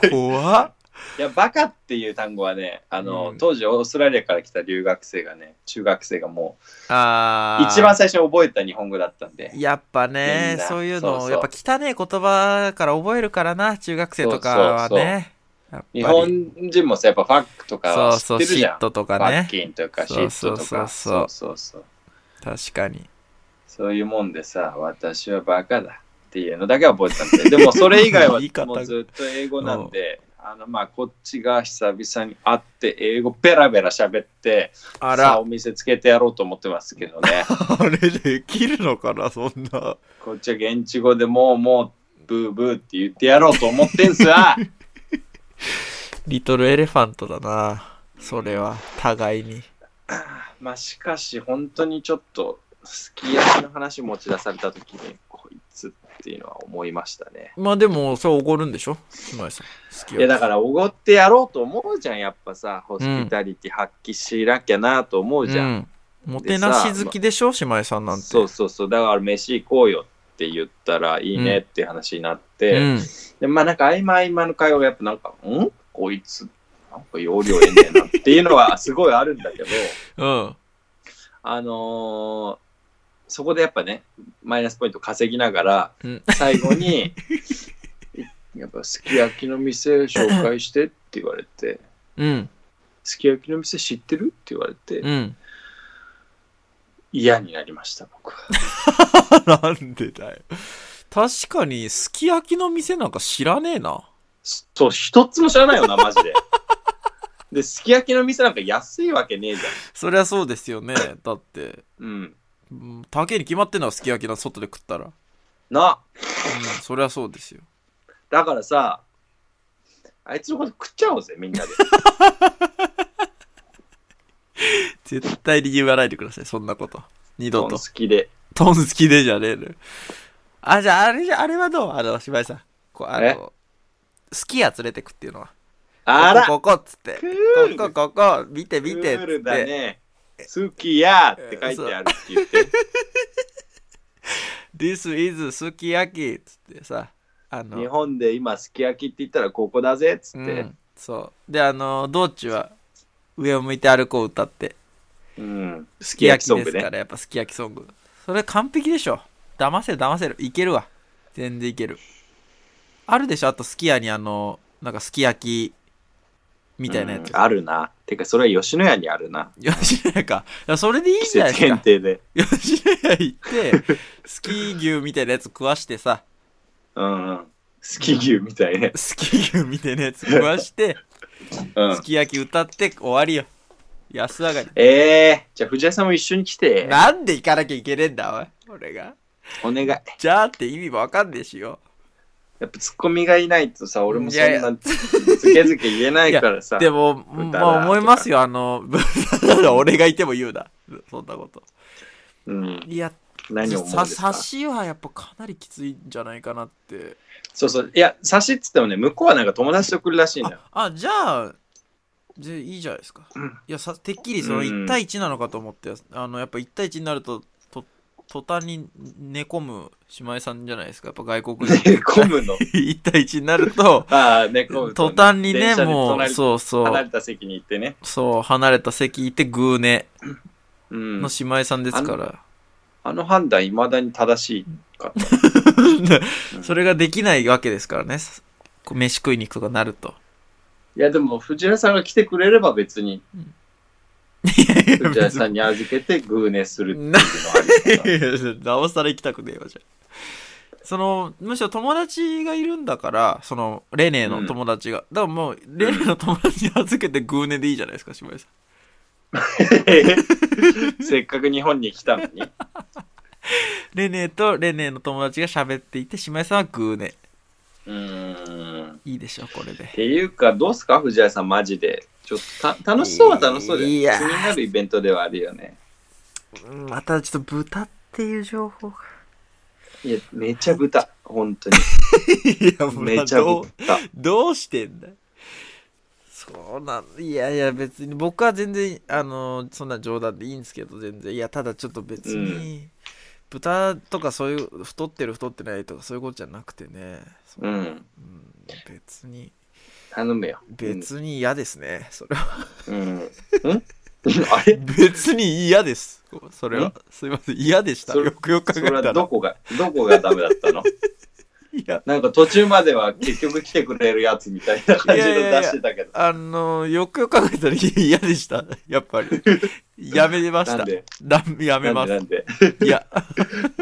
Speaker 2: い
Speaker 3: 怖っ。
Speaker 2: やバカっていう単語はねあの、
Speaker 3: うん
Speaker 2: 当時オーストラリアから来た留学生がね中学生がも
Speaker 3: あ
Speaker 2: う
Speaker 3: ー
Speaker 2: 一番最初に覚えた日本語だったんで
Speaker 3: やっぱ
Speaker 2: み
Speaker 3: ね
Speaker 2: んな、
Speaker 3: そういう
Speaker 2: そう
Speaker 3: の
Speaker 2: そ
Speaker 3: を、
Speaker 2: う
Speaker 3: やっぱ汚い言葉から覚えるからな、中学生とかはね。やっぱり
Speaker 2: 日本人もさやっぱファックとかは知
Speaker 3: そ
Speaker 2: っ
Speaker 3: うそう、
Speaker 2: てる
Speaker 3: シ
Speaker 2: じゃ
Speaker 3: ッ
Speaker 2: ん
Speaker 3: トと
Speaker 2: フ
Speaker 3: か
Speaker 2: ァ
Speaker 3: ね
Speaker 2: ッ。キンとかシ
Speaker 3: そう
Speaker 2: ッ
Speaker 3: そ
Speaker 2: ト
Speaker 3: う
Speaker 2: と
Speaker 3: そう
Speaker 2: か
Speaker 3: そう
Speaker 2: そうそう
Speaker 3: 確かに。
Speaker 2: そういうもんでさ、私はバカだっていうのだけは覚えてたんで、でもそれ以外は
Speaker 3: 言い方が
Speaker 2: もうずっと英語なんで、あのまあこっちが久々に会って英語ペラペラ喋って、
Speaker 3: あ
Speaker 2: さ
Speaker 3: ら
Speaker 2: お、店つけてやろうと思ってますけどね、
Speaker 3: あれできるのかな、そんな。
Speaker 2: こっちは現地語でもうもうブーブーって言ってやろうと思ってんすわ。
Speaker 3: リトルエレファントだな。それは、互いに。
Speaker 2: まあしかし本当にちょっとすき焼きの話持ち出された時にこいつっていうのは思いましたね。
Speaker 3: まあでも、そうおごるんでしょ今井さん。好き
Speaker 2: いやだからおごってやろうと思うじゃんやっぱさホスピタリティ発揮しなきゃなと思うじゃん、
Speaker 3: ん。もてなし好きでしょ姉妹さんなんて。
Speaker 2: そうそうそうだから飯行こうよって言ったらいいねって話になって、
Speaker 3: うん。
Speaker 2: でまあなんか合間合間の会話がやっぱなんか「んこいつなんか容量えねえな」っていうのはすごいあるんだけど
Speaker 3: うん。
Speaker 2: あのーそこでやっぱねマイナスポイント稼ぎながら
Speaker 3: うん
Speaker 2: 最後に「やっぱすき焼きの店紹介して」って言われて。
Speaker 3: うん。
Speaker 2: すき焼きの店知ってるって言われて
Speaker 3: うん。
Speaker 2: 嫌になりました僕は
Speaker 3: なんでだよ。確かに、すき焼きの店なんか知らねえな。
Speaker 2: そう一つも知らないよ なマジでですき焼きの店なんか安いわけねえじ
Speaker 3: そりゃそうですよね。だって、
Speaker 2: ゃんうん
Speaker 3: うん高えに決まってんのはすき焼きの外で食ったら。うん、
Speaker 2: な
Speaker 3: そりゃそうですよ。
Speaker 2: だからさあいつのこと食っちゃおうぜみんなで
Speaker 3: 絶対に言わないでください、そんなこと。二
Speaker 2: ど
Speaker 3: 度
Speaker 2: ん
Speaker 3: と
Speaker 2: 好。きで
Speaker 3: トン好きでじゃねえのよあ、じゃあ、あれじゃ、あれはどうあの、芝居さん。こう、あ
Speaker 2: え
Speaker 3: の、好きや連れてくっていうのは。
Speaker 2: あら
Speaker 3: ここ、ここっつって。
Speaker 2: クール
Speaker 3: ここ、ここ、見て、見て。
Speaker 2: ク
Speaker 3: つ
Speaker 2: ー
Speaker 3: っ
Speaker 2: ル
Speaker 3: て
Speaker 2: だね好きやって書いてあるって言って、
Speaker 3: This is すき焼き。つってさ。あの、
Speaker 2: 日本で今すき焼きって言ったらここだぜっつ
Speaker 3: う
Speaker 2: って
Speaker 3: ん、そう。で、あの、道中は、上を向いて歩こう歌って。
Speaker 2: うん、
Speaker 3: す
Speaker 2: す
Speaker 3: き
Speaker 2: き焼
Speaker 3: 焼き
Speaker 2: きソン
Speaker 3: で
Speaker 2: グ
Speaker 3: すか
Speaker 2: ね
Speaker 3: ら、やっぱすき焼きソング。それ完璧でしょ。騙せる、騙せる。いけるわ。全然いける。あるでしょあと、すき家にあの、なんかすき焼き、みたいなやつ
Speaker 2: うん。あるなてかそれは吉野家にあるな
Speaker 3: 吉野家か。いや、それでいいん
Speaker 2: 季
Speaker 3: じゃない
Speaker 2: 節
Speaker 3: です
Speaker 2: 限
Speaker 3: か。
Speaker 2: 定で
Speaker 3: 吉野家行って、スキー牛みたいなやつ食わしてさ、
Speaker 2: うんうん。スキー牛みたいね。
Speaker 3: スキー牛みたいなやつ食わして、
Speaker 2: うん
Speaker 3: す。き焼き歌って終わりよ。安上がり。
Speaker 2: えー、じゃあ藤井さんも一緒に来て、
Speaker 3: なんで行かなきゃいけねえんだ、おい。俺が。
Speaker 2: お願い。やっ
Speaker 3: じゃあって意味もわかんねえしよ。
Speaker 2: ぱツッコミがいないとさ、俺もそん
Speaker 3: いやい
Speaker 2: な
Speaker 3: や
Speaker 2: ずけずけ言えないからさ。
Speaker 3: でも、ま
Speaker 2: 豚だ
Speaker 3: あ思いますよ、あの、豚だ俺がいても言うな。そんなこと。
Speaker 2: うん。
Speaker 3: いや、
Speaker 2: 何を思うん
Speaker 3: さ
Speaker 2: ですか
Speaker 3: 刺しはやっぱかなりきついんじゃないかなって。
Speaker 2: そうそう。いや、刺しっつってもね、向こうはなんか友達と来るらしいんだよ。
Speaker 3: ああじゃあじゃあいいじゃないですか、
Speaker 2: うん
Speaker 3: いやさてっきりその
Speaker 2: うん
Speaker 3: 1対1なのかと思って、あのやっぱ1対1になるとと途端に寝込む姉妹さんじゃない ですか。やっぱ外国
Speaker 2: 寝
Speaker 3: 人。
Speaker 2: 込む の。
Speaker 3: 1対1になると、
Speaker 2: ああ、寝込むと。
Speaker 3: 途端にね
Speaker 2: 電、車で
Speaker 3: もう、
Speaker 2: 隣
Speaker 3: そうそ
Speaker 2: 離
Speaker 3: う
Speaker 2: れ、た席に行ってね。
Speaker 3: そう、離れた席いてグーネ
Speaker 2: うん
Speaker 3: の。姉妹さんですから。
Speaker 2: あの判断、いまだに正しいか。 ん
Speaker 3: それができないわけですからね。こう飯食いに行くとかなると。
Speaker 2: いや、でも、藤原さんが来てくれれば別に、
Speaker 3: いやいや
Speaker 2: 藤原
Speaker 3: 別
Speaker 2: さ
Speaker 3: に
Speaker 2: んに預けてグーネするっていうの
Speaker 3: な
Speaker 2: はありかな
Speaker 3: なおさら行きたくねえわじゃあそのむしろ友達がいるんだからそのレネの友達が、だからもうレネの友達に預けてグーネでいいじゃないですか島井さん
Speaker 2: せっかく日本に来たのに。
Speaker 3: レネとレネの友達が喋っていて島井さんはグーネ
Speaker 2: うーん。っ
Speaker 3: いいでしょこれで
Speaker 2: ていうか、どうすか藤原さん、マジで。ちょっとた楽しそうは楽しそうで、
Speaker 3: いやー
Speaker 2: 気になるイベントではあるよね。
Speaker 3: またちょっと豚っていう情報が
Speaker 2: いや、めちゃ豚、本当に。
Speaker 3: いやもう
Speaker 2: めちゃ
Speaker 3: どう
Speaker 2: 豚。、
Speaker 3: どうしてんだそうなんいやいや別に僕は全然あのそんな冗談でいいんですけど全然いやただちょっと別に、豚とかそういう太ってる太ってないとかそういうことじゃなくてね、そううん別に
Speaker 2: 頼むよ。
Speaker 3: 別に嫌ですね、それは
Speaker 2: うん。うん、 あれ
Speaker 3: 別に嫌ですそれは
Speaker 2: ん
Speaker 3: すいません嫌でした
Speaker 2: それ
Speaker 3: よくよく
Speaker 2: そ
Speaker 3: 考
Speaker 2: れ
Speaker 3: え
Speaker 2: は
Speaker 3: た
Speaker 2: ど
Speaker 3: ら
Speaker 2: こが、どこがダメだった の
Speaker 3: いや
Speaker 2: なんか途中までは結局来てくれるやつみたいな感じ
Speaker 3: いや
Speaker 2: の
Speaker 3: いやいや
Speaker 2: 出してたけど。
Speaker 3: あのよくよく考えたらいや嫌でしたやっ ぱりやめまし
Speaker 2: な
Speaker 3: た
Speaker 2: んで
Speaker 3: だやめ
Speaker 2: な
Speaker 3: ま
Speaker 2: んでなん
Speaker 3: す
Speaker 2: で
Speaker 3: いや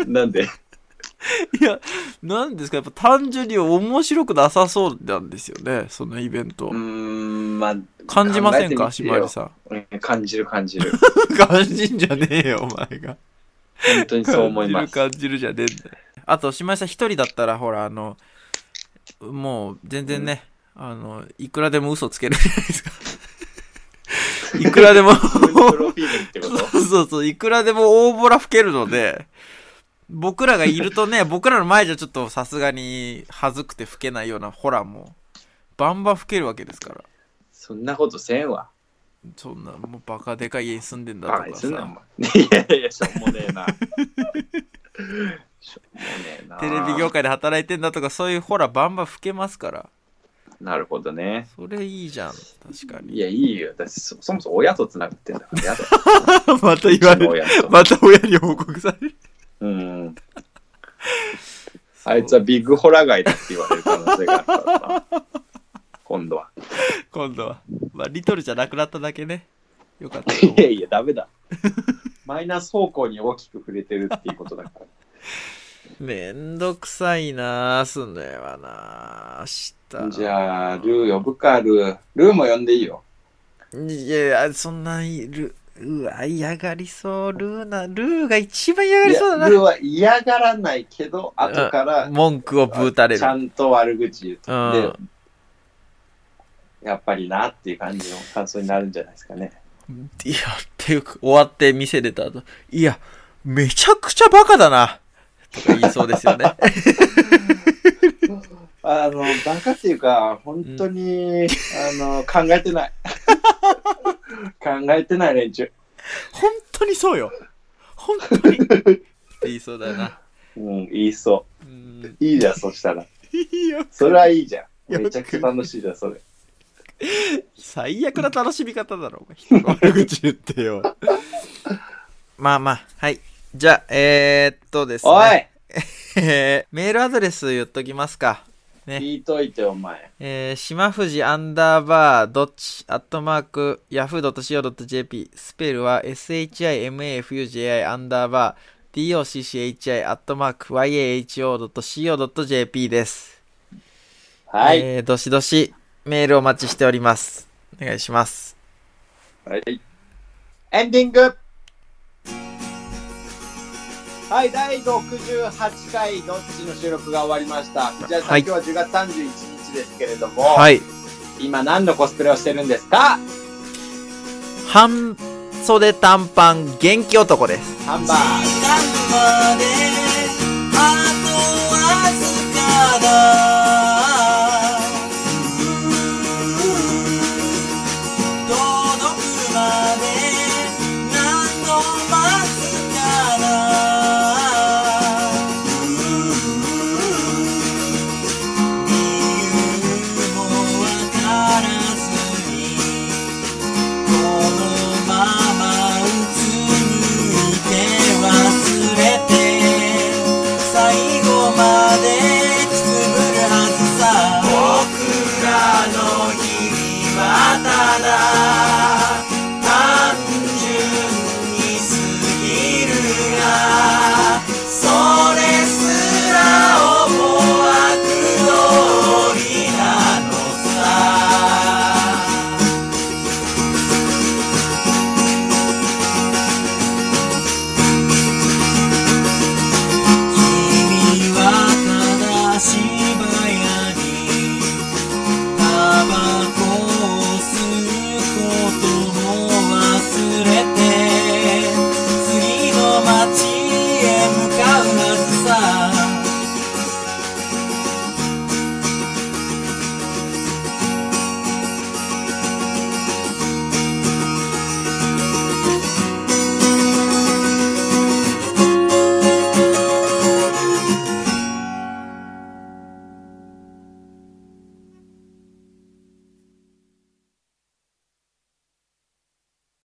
Speaker 2: なんで
Speaker 3: いや、なんですか、やっぱ単純に面白くなさそうなんですよね、そのイベント
Speaker 2: うー。ん、まあ、
Speaker 3: 感じません
Speaker 2: 考
Speaker 3: か、
Speaker 2: えて
Speaker 3: ひ
Speaker 2: みて
Speaker 3: ま
Speaker 2: よ
Speaker 3: りさん。
Speaker 2: うん感じる感じる。
Speaker 3: 感じんじゃねえよ、お前が。
Speaker 2: 本当にそう思います。
Speaker 3: 感じる感じるじゃねえんだよ。あと、ひまりさん一人だったら、ほら、あの、もう全然ね、あの、いくらでも嘘つけるじゃないですか。 いくらでも。
Speaker 2: プロフィールってこ
Speaker 3: そ
Speaker 2: と
Speaker 3: うそうそう、いくらでも大ボラ吹けるので、僕らがいるとね、 僕らの前じゃちょっとさすがに恥ずくて吹けないようなホラーも、バンバン吹けるわけですから。
Speaker 2: そんなことせんわ。
Speaker 3: そんな、もうバカでかい家に住んでんだ
Speaker 2: バカ
Speaker 3: と
Speaker 2: に
Speaker 3: か
Speaker 2: すんな、お
Speaker 3: さ。
Speaker 2: 前。いやいや、しょうもねえな。しょうもねえな。
Speaker 3: テレビ業界で働いてんだとか、そういうホラーバンバン吹けますから。
Speaker 2: なるほどね。
Speaker 3: それいいじゃん、確か
Speaker 2: い
Speaker 3: に。
Speaker 2: や、いいよ。だってそそもそも親とつながってんだから、やだ。
Speaker 3: また言
Speaker 2: う ちの親と。
Speaker 3: た親に報告される。
Speaker 2: うん。あいつはビッグホラー街だって言われる可能性があるからな。 今度は。
Speaker 3: 今度は。まあ、リトルじゃなくなっただけね。よかったと思う
Speaker 2: いやいや、ダメ だ。マイナス方向に大きく触れてるっていうことだから。
Speaker 3: めんどくさいなあすんのやわなあ明日
Speaker 2: じゃあ、ルー呼ぶか、ルー。ルーも呼んでいいよ。
Speaker 3: いやいやそんないるうわ嫌がりそうルーなルーが一番嫌が
Speaker 2: い
Speaker 3: り
Speaker 2: や
Speaker 3: そうだ
Speaker 2: ルー
Speaker 3: な
Speaker 2: は嫌がらないけど、後から
Speaker 3: 文句をぶーたれ
Speaker 2: ち
Speaker 3: る
Speaker 2: ゃんと悪口言う
Speaker 3: う
Speaker 2: と。
Speaker 3: ん
Speaker 2: で、やっぱりなっていう感じの感想になるんじゃないですかね。
Speaker 3: いやっていうか終わって店出た後いやめちゃくちゃバカだなとか言いそうで すよね
Speaker 2: あの、バカっていうか、本当に、あの、考えてない。 考えてない連中。
Speaker 3: 本当にそうよ本当にって言いそうだな
Speaker 2: うん、言いそ
Speaker 3: うん
Speaker 2: う。いいじゃん、そしたら。
Speaker 3: いや
Speaker 2: それはいいじゃん。
Speaker 3: よく
Speaker 2: めちゃくちゃ楽しいじゃん、それ。
Speaker 3: 最悪な楽しみ方だろ、お前人の悪口言って よ。まあまあ、はい。じゃあ、えー、っとですね。
Speaker 2: おい
Speaker 3: えー メールアドレス言っときますか。ね。
Speaker 2: 聞いといて、お前。
Speaker 3: えー、しまふじアンダーバードッチアットマーク yahoo.co.jp スペルは shimafuji アンダーバー docchi アットマーク yaho.co.jp です。
Speaker 2: はい。
Speaker 3: えー、どしどしメールお待ちしております。お願いします。
Speaker 2: はい。エンディングはい、第68回どっちの収録が終わりました。じゃあ、
Speaker 3: は
Speaker 2: はい今日は10月31日ですけれども、
Speaker 3: はい。
Speaker 2: 今何のコスプレをしてるんですか
Speaker 3: 半袖短パン元気男です
Speaker 2: ハンバーグ。
Speaker 4: 「あ